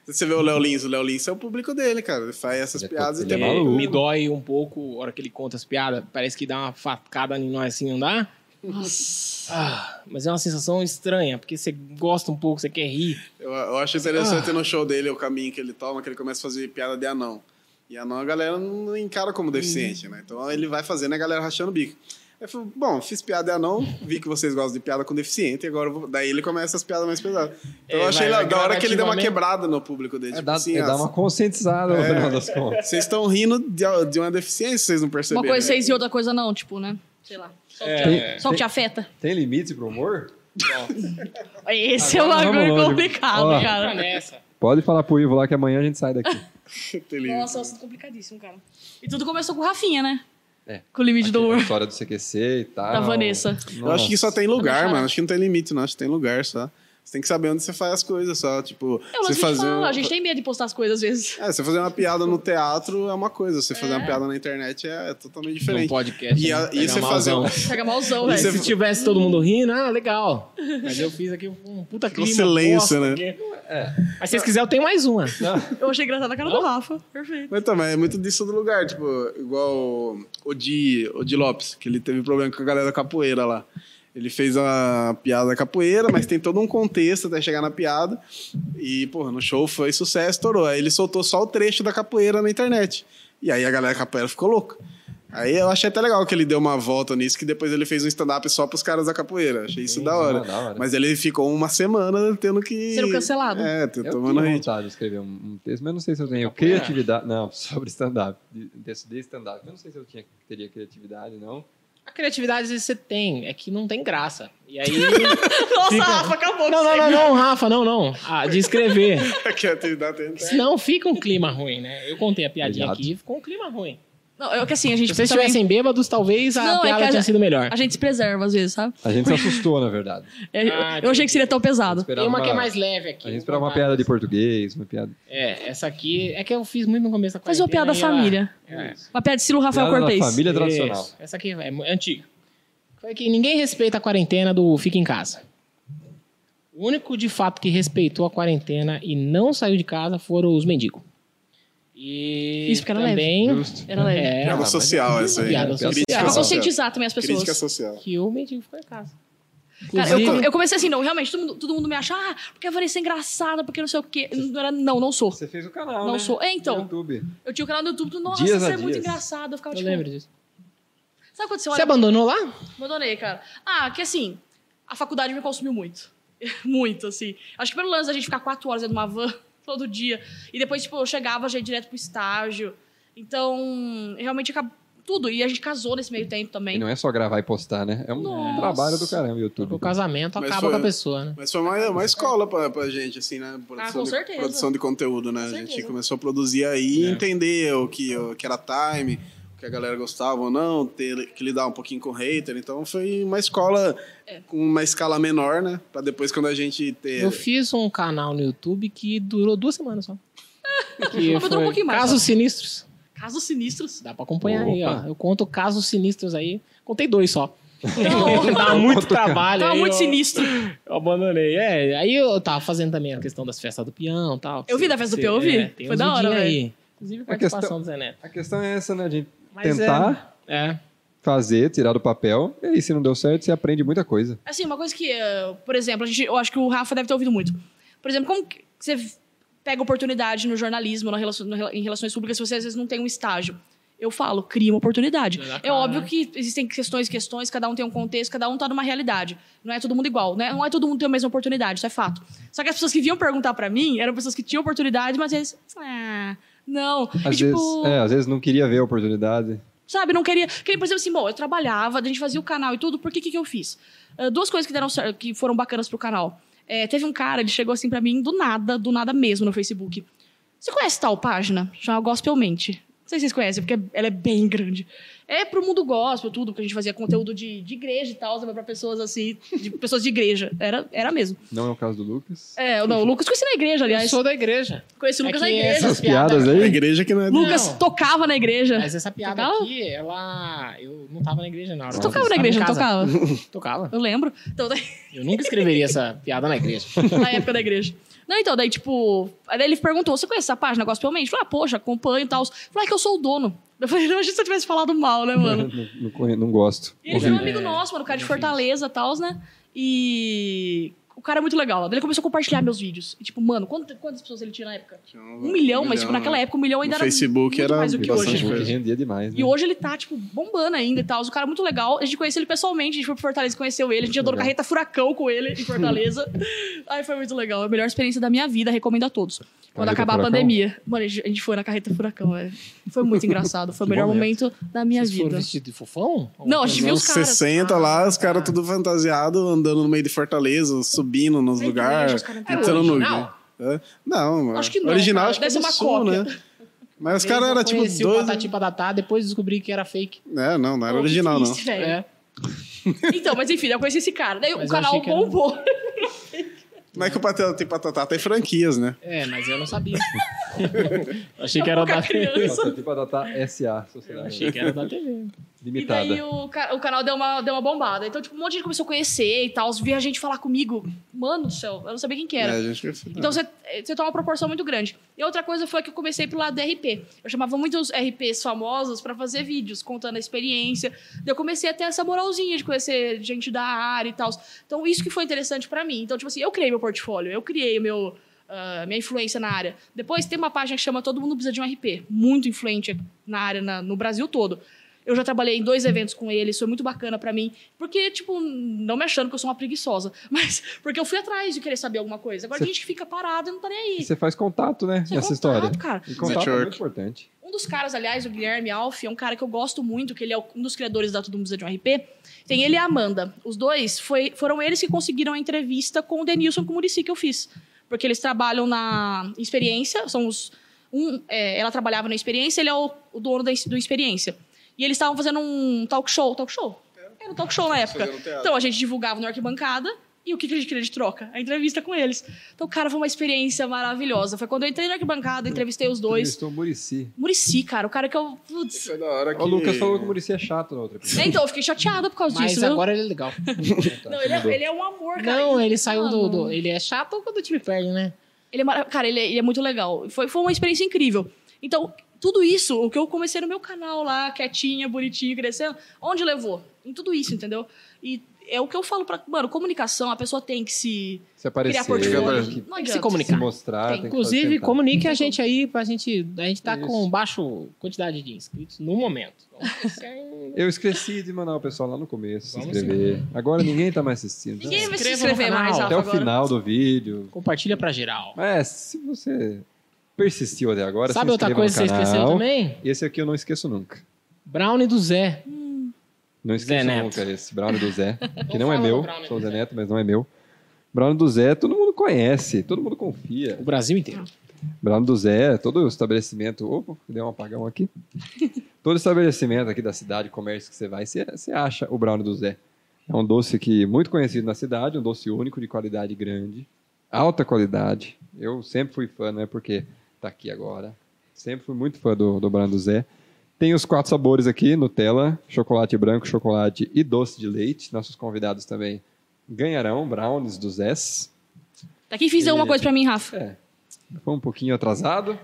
Você vê o Léo Lins, o Léo Lins é o público dele, cara. Ele faz essas
Ele é
piadas e
todo-
tem
ele é
maluco.
maluco.
me dói um pouco a hora que ele conta as piadas. Parece que dá uma facada em nós assim, não dá?
Nossa.
Ah, mas é uma sensação estranha, porque você gosta um pouco, você quer rir.
Eu, eu acho interessante
Ah.
no show dele o caminho que ele toma, que ele começa a fazer piada de anão. E anão a galera não encara como deficiente,
Uhum.
né? Então ele vai fazendo a galera rachando o bico. Eu falo, bom, fiz piada de anão, vi que vocês gostam de piada com deficiente, e agora eu vou... daí ele começa as piadas mais pesadas. Então
É,
eu achei
vai-
lá- da hora que ele deu uma
gradativamente.
quebrada no público dele.
É
tipo
dar,
assim, É.
é
ah,
dar uma conscientizada no final das contas.
Vocês estão rindo de, de uma deficiência, vocês não perceberam.
Uma coisa
né?
vocês e outra coisa não, tipo, né? Sei lá. Só o que
É.
te- só o que te afeta.
Tem limite pro humor?
Esse
Agora
é um
vamos
bagulho
longe.
complicado,
Ó.
Tá
cara.
nessa.
Pode falar pro Ivo lá que amanhã a gente sai daqui.
Feliz.
Nossa, é um assunto complicadíssimo, cara. E tudo começou com o Rafinha, né?
É. tá. Ah,
Com o limite do
A
humor.
história do CQC e tal.
Da Vanessa. É
Nossa.
Eu acho que só tem
Vamos
lugar,
chorar.
mano. Acho que não tem limite, não. Acho que tem lugar só. Você tem que saber onde você faz as coisas só. Tipo,
É o
você
lance que a gente
fazer.
fala,
um-
a gente tem medo de postar as coisas às vezes.
É, você fazer uma piada no teatro é uma coisa, você fazer uma piada na internet é, é totalmente
Num
diferente.
podcast.
E a-
né?
e
Pegar
você
um
fazer
mauzão.
um-
Pega malzão,
E
Mas
velho.
você-
se tivesse todo mundo rindo, ah, legal. Mas eu fiz aqui um puta
Ficou
clima.
silêncio, né?
né? Mas se vocês quiserem, eu tenho mais uma.
Eu achei engraçado a cara do Rafa. Perfeito.
Mas também é muito disso do lugar, tipo, igual o Di, o Di Lopes, que ele teve problema com a galera da capoeira lá. Ele fez a piada da capoeira, mas tem todo um contexto até chegar na piada. E, porra, no show foi sucesso, estourou. Aí ele soltou só o trecho da capoeira na internet. E aí a galera da capoeira ficou louca. Aí eu achei até legal que ele deu uma volta nisso, que depois ele fez um stand-up só pros caras da capoeira. Achei isso da hora.
da hora.
Mas ele ficou uma semana tendo que.
Sendo cancelado.
É, t-
Eu
tomando
tenho
hate.
vontade de escrever um, um texto, mas eu não sei se eu tenho criatividade. Não, sobre stand-up. de- Texto de stand-up. Eu não sei se eu tinha, teria criatividade, não.
A criatividade às vezes você tem, é que não tem graça. E aí.
Nossa,
Fica-
Rafa, acabou.
não, não, não, não, Rafa, não, não. Ah, de escrever.
Que a atividade tem-
Senão fica um clima ruim, né? Eu contei a piadinha
Exato.
aqui e ficou um clima ruim.
Não, é que assim, a gente
Se vocês
também-
estivessem bêbados, talvez a
Não, é que
piada
a-
tinha sido melhor.
A gente se preserva às vezes, sabe?
A gente se assustou, na verdade.
É,
Ah,
eu achei que seria tão pesado.
Esperava
Tem uma que é mais né? leve aqui.
A gente
vou
esperava uma
contar.
piada de português, uma piada.
É, essa aqui é que eu fiz muito no começo da
Faz uma piada
quarentena
da
e ela-
família.
É.
Uma piada de Silo Rafael
Piada da
Cortez.
família tradicional.
Isso. Essa aqui é mu- é antiga. Foi que ninguém respeita a quarentena do Fica em Casa. O único de fato que respeitou a quarentena e não saiu de casa foram os mendigos. E
Isso, porque era
também
Justo.
Era leve.
É,
Piada
mas
social essa aí.
piada social.
Crítica
É
Pra
social.
conscientizar também as pessoas.
Crítica social.
que o mendigo ficou em casa.
Cara, eu,
Inclusive-
come- eu comecei assim, não, realmente, todo mundo, todo mundo me acha, ah, porque a Vanessa é engraçada, porque não sei o quê. Não, era, não, não sou.
Você fez o canal,
Não
né?
sou. É, então.
No YouTube.
Eu tinha o canal do YouTube, nossa,
Dias
isso
a
é muito
dias. é
engraçado. Eu ficava
Eu
tipo,
lembro disso.
sabe quando você
Você
Então, olha
abandonou lá?
Abandonei, cara. Ah, que assim, a faculdade me consumiu muito. muito, assim. Acho que pelo lance da gente ficar quatro horas dentro de uma van todo dia. E depois, tipo, eu chegava já ia direto pro estágio. Então, realmente acabou tudo. E a gente casou nesse meio tempo
E
também.
não é só gravar e postar, né? É um
Nossa.
trabalho do caramba o YouTube.
O casamento
Mas
acaba
foi-
com a pessoa, né?
Mas foi uma, uma escola pra, pra gente, assim, né?
Ah, com
de,
certeza.
produção de conteúdo, né?
Com
a gente
certeza.
começou a produzir aí e
É.
entender o que, o que era time, o que a galera gostava ou não, ter que lidar um pouquinho com hater. Então foi uma escola
É.
com uma escala menor, né? Pra depois, quando a gente ter.
Eu fiz um canal no YouTube que durou duas semanas só. Que
Mas durou um
foi
pouquinho mais,
Casos Sinistros.
Casos sinistros.
Dá pra acompanhar aí,
Opa.
ó. Eu conto casos sinistros aí. Contei dois só.
Não.
Dá muito trabalho.
Tava
aí
muito
eu-
sinistro.
Eu abandonei. É, aí eu tava fazendo também a questão das festas do peão e tal. É,
Eu vi da festa do peão, eu vi.
tem
Foi
uns
da hora,
vidinhos
velho.
aí. Inclusive
A questão-
participação do Zé Neto.
A questão é essa, né? De
Mas
tentar
É, é.
fazer, tirar do papel. E aí, se não deu certo, você aprende muita coisa.
Assim, uma coisa que, eh, por exemplo, a gente, eu acho que o Rafa deve ter ouvido muito. Por exemplo, como que você pega oportunidade no jornalismo, na relação, na rela- em relações públicas, se você às vezes não tem um estágio? Eu falo, cria uma oportunidade.
Dá na
É
cara,
óbvio
né?
que existem questões, questões, cada um tem um contexto, cada um tá numa realidade. Não é todo mundo igual, né? Não é todo mundo tem a mesma oportunidade, isso é fato. Só que as pessoas que vinham perguntar pra mim eram pessoas que tinham oportunidade, mas eles. Ah, não.
Às,
e, tipo,
vezes, é, às vezes não queria ver a oportunidade.
Sabe, não queria. Porque, por exemplo, assim, bom, eu trabalhava, a gente fazia o canal e tudo, por que que que eu fiz? Ah, duas coisas que deram certo, que foram bacanas pro canal. É, teve um cara, ele chegou assim pra mim do nada, do nada mesmo no Facebook. Você conhece tal página? Chama Gospelmente. Não sei se vocês conhecem, porque ela é bem grande. É pro mundo gospel, tudo, porque a gente fazia conteúdo de, de igreja e tal, sabe, pra pessoas assim, de pessoas de igreja. Era, era mesmo.
Não é o caso do Lucas.
É, não, o Lucas conheci na igreja,
Eu
aliás.
sou da igreja.
Conheci o Lucas
É
na
que
igreja.
Essas
essas
piadas
piadas
A
aí.
igreja que não é.
Lucas
Não.
tocava na igreja.
Mas essa piada
Tocava?
aqui, ela. Eu não tava na igreja, não.
Você tocava na igreja, não tocava?
Tocava.
Eu lembro. Então, daí...
Eu nunca escreveria essa piada na igreja.
na época da igreja. Não, então, daí, tipo, aí ele perguntou: você conhece essa página Gospelmente? Eu Falei, ah, poxa, acompanho e tal. Falei, ah, que eu sou o dono. Eu falei, não, imagina se eu tivesse falado mal, né, mano?
Não, não conhe- não gosto.
E ele foi um
Horrível.
amigo nosso, mano, o cara de Fortaleza e tal, né? E. O cara é muito legal. lá. Daí ele começou a compartilhar meus vídeos. E, tipo, mano, quantas, quantas pessoas ele tinha na época? Um, milhão, mas,
né?
tipo, naquela época, um milhão ainda
No
era.
Facebook
muito
era
mais do que
bastante
hoje.
coisa.
Que rendia demais, né?
E hoje ele tá, tipo, bombando ainda e tal. O cara é muito legal. A gente conheceu ele pessoalmente, a gente foi pro Fortaleza, conheceu ele. A gente andou no
Legal.
carreta furacão com ele em Fortaleza. Aí foi muito legal. É a melhor experiência da minha vida, recomendo a todos. Quando
Carreta
acabar
Furacão?
a pandemia. Mano, a gente a gente foi na carreta furacão, velho. Foi muito engraçado. Foi o
Que
melhor
momento.
momento. da minha
Vocês foram
vida.
vestidos de fofão?
Não, a gente viu
Nos
os caras. Ah, tá.
60 lá, os caras tudo fantasiado, andando no meio de Fortaleza, subindo nos
Na
lugares,
igreja, os caras entraram.
entrando no.
Original?
Hã? Não,
é Acho que não,
Original
cara.
acho que
Deve
é
ser
do
uma
Sul,
cópia.
né? Mas os caras eram tipo
Conheci o
dois.
Patati Patatá, depois descobri que era fake.
É, não, não era
Pô, que
original, não.
triste, velho.
É.
Então, mas enfim, eu conheci esse cara. Daí
Mas
o
eu
canal
achei que era-
bombou.
Mas é que o Pateta tem Patatá tem franquias, né?
É, mas eu não sabia. Achei que era da
Pouca
TV.
criança.
Pateta e Patatá SA, Sociedade
Achei que era da TV.
E
Limitada.
daí o, ca- o canal deu uma, deu uma bombada. Então, tipo, um monte de gente começou a conhecer e tal. Via gente falar comigo. Mano do céu, eu não sabia quem que era.
É, a gente percebeu.
Então você, você toma uma proporção muito grande. E outra coisa foi que eu comecei pelo lado da RP. Eu chamava muitos RPs famosos pra fazer vídeos, contando a experiência. Daí Eu comecei a ter essa moralzinha de conhecer gente da área e tal. Então isso que foi interessante pra mim. Então, tipo assim, eu criei meu portfólio, eu criei meu, ah, minha influência na área. Depois tem uma página que chama Todo Mundo Precisa de um RP. Muito influente na área, na- no Brasil todo. Eu já trabalhei em dois eventos com ele, isso foi muito bacana pra mim. Porque, tipo, não me achando que eu sou uma preguiçosa, mas porque eu fui atrás de querer saber alguma coisa. Agora
Você-
a gente que fica parado e não tá nem aí.
E você faz contato, né?
Isso é
nessa
contato,
história.
cara.
E contato é
Network.
muito importante.
Um dos caras, aliás, o Guilherme Alf, é um cara que eu gosto muito, que ele é um dos criadores da Todo Mundo Precisa de um RP. Tem ele e a Amanda. Os dois foi- foram eles que conseguiram a entrevista com o Denilson com o Murici que eu fiz. Porque eles trabalham na experiência, são os. Um, é, ela trabalhava na experiência, ele é o, o dono da, do experiência. E eles estavam fazendo um talk show. Talk show? Era um talk show na época.
Fazendo teatro.
Então a gente divulgava no arquibancada. E o que que a gente queria de troca? A entrevista com eles. Então, cara, foi uma experiência maravilhosa. Foi quando eu entrei na arquibancada, entrevistei os dois.
Entrevistou o Murici.
Murici, cara, o cara que eu. Putz. É,
Foi da hora que...
O Lucas falou que o Murici é chato na outra episódio.
Então, eu fiquei chateada por causa
Mas
disso. viu?
agora ele é legal.
Não, ele é, ele é um amor, cara.
Não, ele saiu do, do- Ele é chato quando o time perde, né?
Ele é mara- Cara, ele é, ele é muito legal. Foi, foi uma experiência incrível. Então, tudo isso, o que eu comecei no meu canal lá, quietinha, bonitinha, crescendo, onde levou? Em tudo isso, entendeu? E é o que eu falo pra. Mano, comunicação, a pessoa tem que se
Se aparecer,
criar portfólio.
tem que
Tem
Não
que
adianta.
se
se
comunicar.
mostrar.
Tem.
Tem que
Inclusive,
apresentar.
comunique a gente aí pra gente. A gente tá
Isso.
com baixa quantidade de inscritos no momento. Então, Vamos crescer em-
Eu esqueci de mandar o pessoal lá no começo se
Vamos
inscrever. Agora ninguém tá mais assistindo.
Ninguém vai se
Inscreva no
inscrever
canal.
mais, Rafa,
Até o
agora.
final do vídeo.
Compartilha pra geral.
Mas se você persistiu até agora,
Sabe
se
outra
inscreva
coisa que
no
você esqueceu
canal.
também?
Esse aqui eu não esqueço nunca.
Brownie do Zé.
Não esqueço
Neto.
nunca esse Brownie do Zé, que
Não
não é
fala do
meu.
Brownie
Sou o
do
Zé
Zé.
Neto, mas não é meu. Brownie do Zé, todo mundo conhece, todo mundo confia.
O Brasil inteiro.
Brano do Zé, todo estabelecimento. Opa, deu um apagão aqui. todo estabelecimento aqui da cidade, comércio que você vai, você, você acha o Brownie do Zé. É um doce que muito conhecido na cidade, um doce único de qualidade grande, alta qualidade. Eu sempre fui fã, não é porque tá aqui agora. Sempre fui muito fã do, do Brownie do Zé. Tem os quatro sabores aqui: Nutella, chocolate branco, chocolate e doce de leite. Nossos convidados também ganharão brownies do Zés.
Tá aqui fiz alguma coisa pra mim, Rafa.
É. Foi um pouquinho atrasado,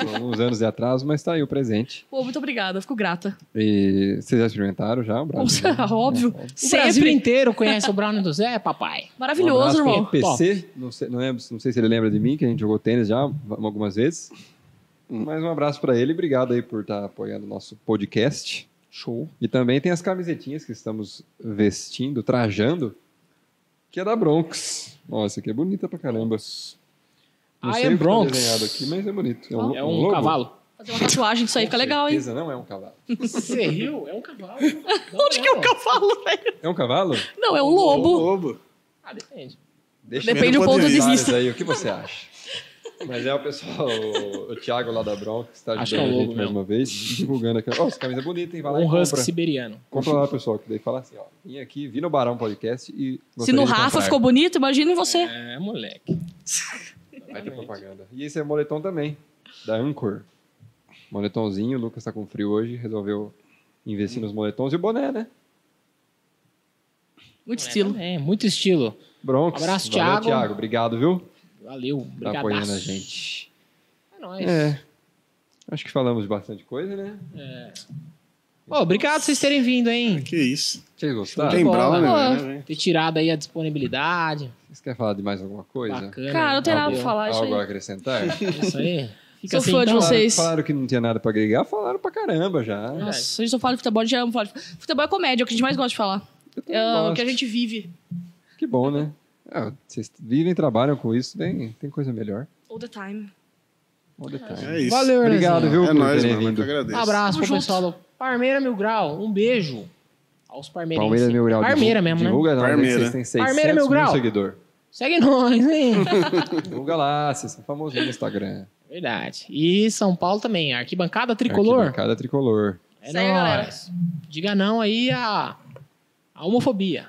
com alguns anos de atraso, mas tá aí o presente.
Pô, muito obrigada, fico grata.
E vocês já experimentaram já o Brasil?
Nossa, óbvio.
O Brasil
Sempre.
inteiro conhece o Brownie do Zé, papai.
Maravilhoso,
um
irmão.
abraço pro PC, não sei, não, lembro- não sei se ele lembra de mim, que a gente jogou tênis já algumas vezes. Mas um abraço pra ele, obrigado aí por estar apoiando o nosso podcast.
Show.
E também tem as camisetinhas que estamos vestindo, trajando, que é da Bronx. Ó, essa aqui é bonita pra caramba. Não
Ah,
I
é
sei
am
o que tá
é Bronx.
desenhado aqui, mas é bonito.
Ó.
É um
lobo?
cavalo.
Fazer uma tatuagem disso aí fica
Com
legal, hein?
certeza não é um cavalo.
Você riu? É um cavalo.
Onde
um
que é o cavalo, velho?
É um cavalo?
Não, é um lobo.
Lobo.
Ah, depende.
Deixa
Depende
eu
do
ver
ponto de
comentários
vista.
Aí, o que você acha? Mas é o pessoal, o, o Thiago lá da Bronx, está
Acho que é
ajudando
um
a gente
lobo
mais
mesmo.
uma vez, divulgando aqui. Ó, essa camisa é bonita, hein? Vai lá
Um
e
husky
compra.
siberiano.
Compra lá, pessoal, que daí fala assim, ó. Vim aqui, vi no Barão Podcast e...
Se
gostaria
no
de
Rafa
comprar.
ficou bonito, imagina em você.
É, moleque.
Vai ter propaganda. E esse é moletom também, da Anchor. Moletomzinho, o Lucas tá com frio hoje, resolveu investir nos moletons e o boné, né?
Muito estilo.
É, muito estilo.
Bronx.
Abraço,
Valeu,
Thiago.
Thiago. Obrigado, viu?
Valeu.
Tá
Obrigadaço.
apoiando a gente.
É nóis.
É. Acho que falamos de bastante coisa, né?
Ô, obrigado por vocês terem vindo, hein?
Que isso.
Vocês gostaram?
Tem
bola.
Brownie,
Boa.
né, velho?
Ter tirado aí a disponibilidade.
Vocês querem falar de mais alguma coisa?
Bacana.
Cara, não tem nada
Valeu.
pra
É
falar. Isso
Algo a
aí.
acrescentar?
Isso aí. Fica
Sou fã de
então.
você. Vocês. Ah.
Falaram, falaram que não tinha nada pra agregar, falaram pra caramba já.
é
Nossa, a gente só fala de futebol, a gente ama falar de futebol. Futebol é comédia, é o que a gente mais gosta de falar.
Eu também
É o
gosto.
que a gente vive.
Que bom, né? Ah, vocês vivem, trabalham com isso, tem, tem coisa melhor.
All the time.
Ó o detalhe.
É isso.
Valeu,
Obrigado,
Ernesto.
viu,
É
por
nóis,
terem
mano. Eu que
vindo.
agradeço.
Um abraço
Tamo
pro
junto.
pessoal do Parmeira Mil Grau. Um beijo aos parmeirenses.
Palmeira Mil Grau. divulga-
Parmeira é. mesmo, né?
Divulga nós,
Parmeira.
vocês têm 600
Parmeira Mil
mil
Grau.
seguidor.
Segue nós, hein?
Divulga lá, vocês são famosos no Instagram.
Verdade. E São Paulo também. Arquibancada Tricolor.
Cada tricolor.
É
Segue, galera.
nóis. Diga não aí a, a homofobia.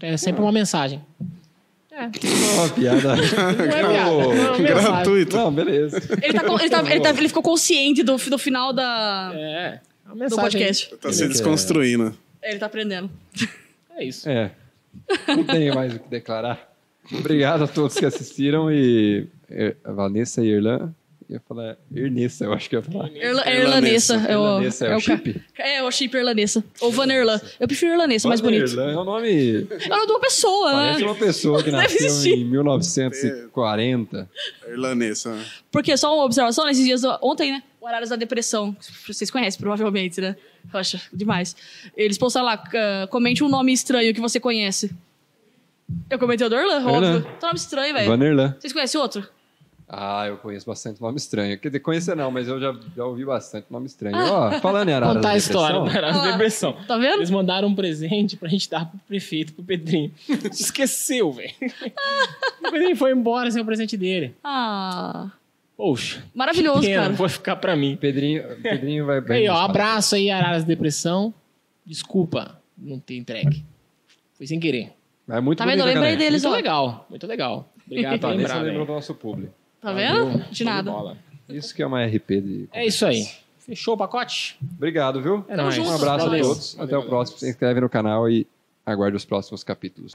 É sempre uma mensagem.
É.
Uma piada.
Não é piada.
Oh,
Não, meu, sabe?
Gratuito.
Não, beleza.
Ele, tá, com- ele, tá- ele tá- ele ficou consciente do, do final da,
É. A
do
mensagem
podcast.
Tá
Ele
se
quer-
desconstruindo.
É, Ele tá aprendendo.
É isso.
É. Não tenho mais o que declarar. Obrigado a todos que assistiram e eh, a Vanessa e Irlan. Eu ia falar Irnessa, eu acho que eu ia falar.
Irla, é
Irlandesa.
irlandesa. É o,
Irlandesa, é o
ca-
chip?
É, o chip irlandesa. Ou Vanerlan. Eu prefiro irlandesa, mais bonito.
Irlan é o nome.
É o nome de uma pessoa,
Parece
né?
uma pessoa que
Deve
nasceu
existir.
em 1940.
Irlandesa.
Porque só uma observação, nesses dias, do- ontem, né? O Horários da Depressão, que vocês conhecem provavelmente, né? Rocha, demais. Eles postaram lá, ah, comente um nome estranho que você conhece. Eu comentei o do Irlan,
Irlan.
óbvio. Tá nome estranho, velho.
Vanerlan.
Vocês conhecem outro?
Ah, eu conheço bastante nome estranho. Quer dizer, conhecer não, mas eu já, já ouvi bastante nome estranho. Ó, falando em Arara
Contar
da
a história
Depressão,
da Arara da
Ah.
Depressão.
Tá vendo?
Eles mandaram um presente pra gente dar pro prefeito, pro Pedrinho. Esqueceu, velho. o Pedrinho foi embora sem o presente dele.
Ah,
Poxa.
maravilhoso,
pena,
cara.
Foi ficar pra mim.
Pedrinho, Pedrinho vai bem.
Aí, ó,
nos
abraço aí, Araras Depressão. Desculpa não ter entregue. Foi sem querer.
Mas É muito
Tá vendo? Eu
bonita,
lembrei
cara.
deles,
muito
ó.
legal, muito legal. Obrigado
A
por
Vanessa
lembrar,
lembrou
velho.
do nosso público.
Tá
Valeu,
vendo? De
show
nada.
bola.
Isso que é uma RP de.
É isso aí. Fechou o pacote?
Obrigado, viu?
É nóis.
Um abraço
Valeu.
a todos.
Valeu,
Até o
galera.
próximo. Se inscreve no canal e aguarde os próximos capítulos.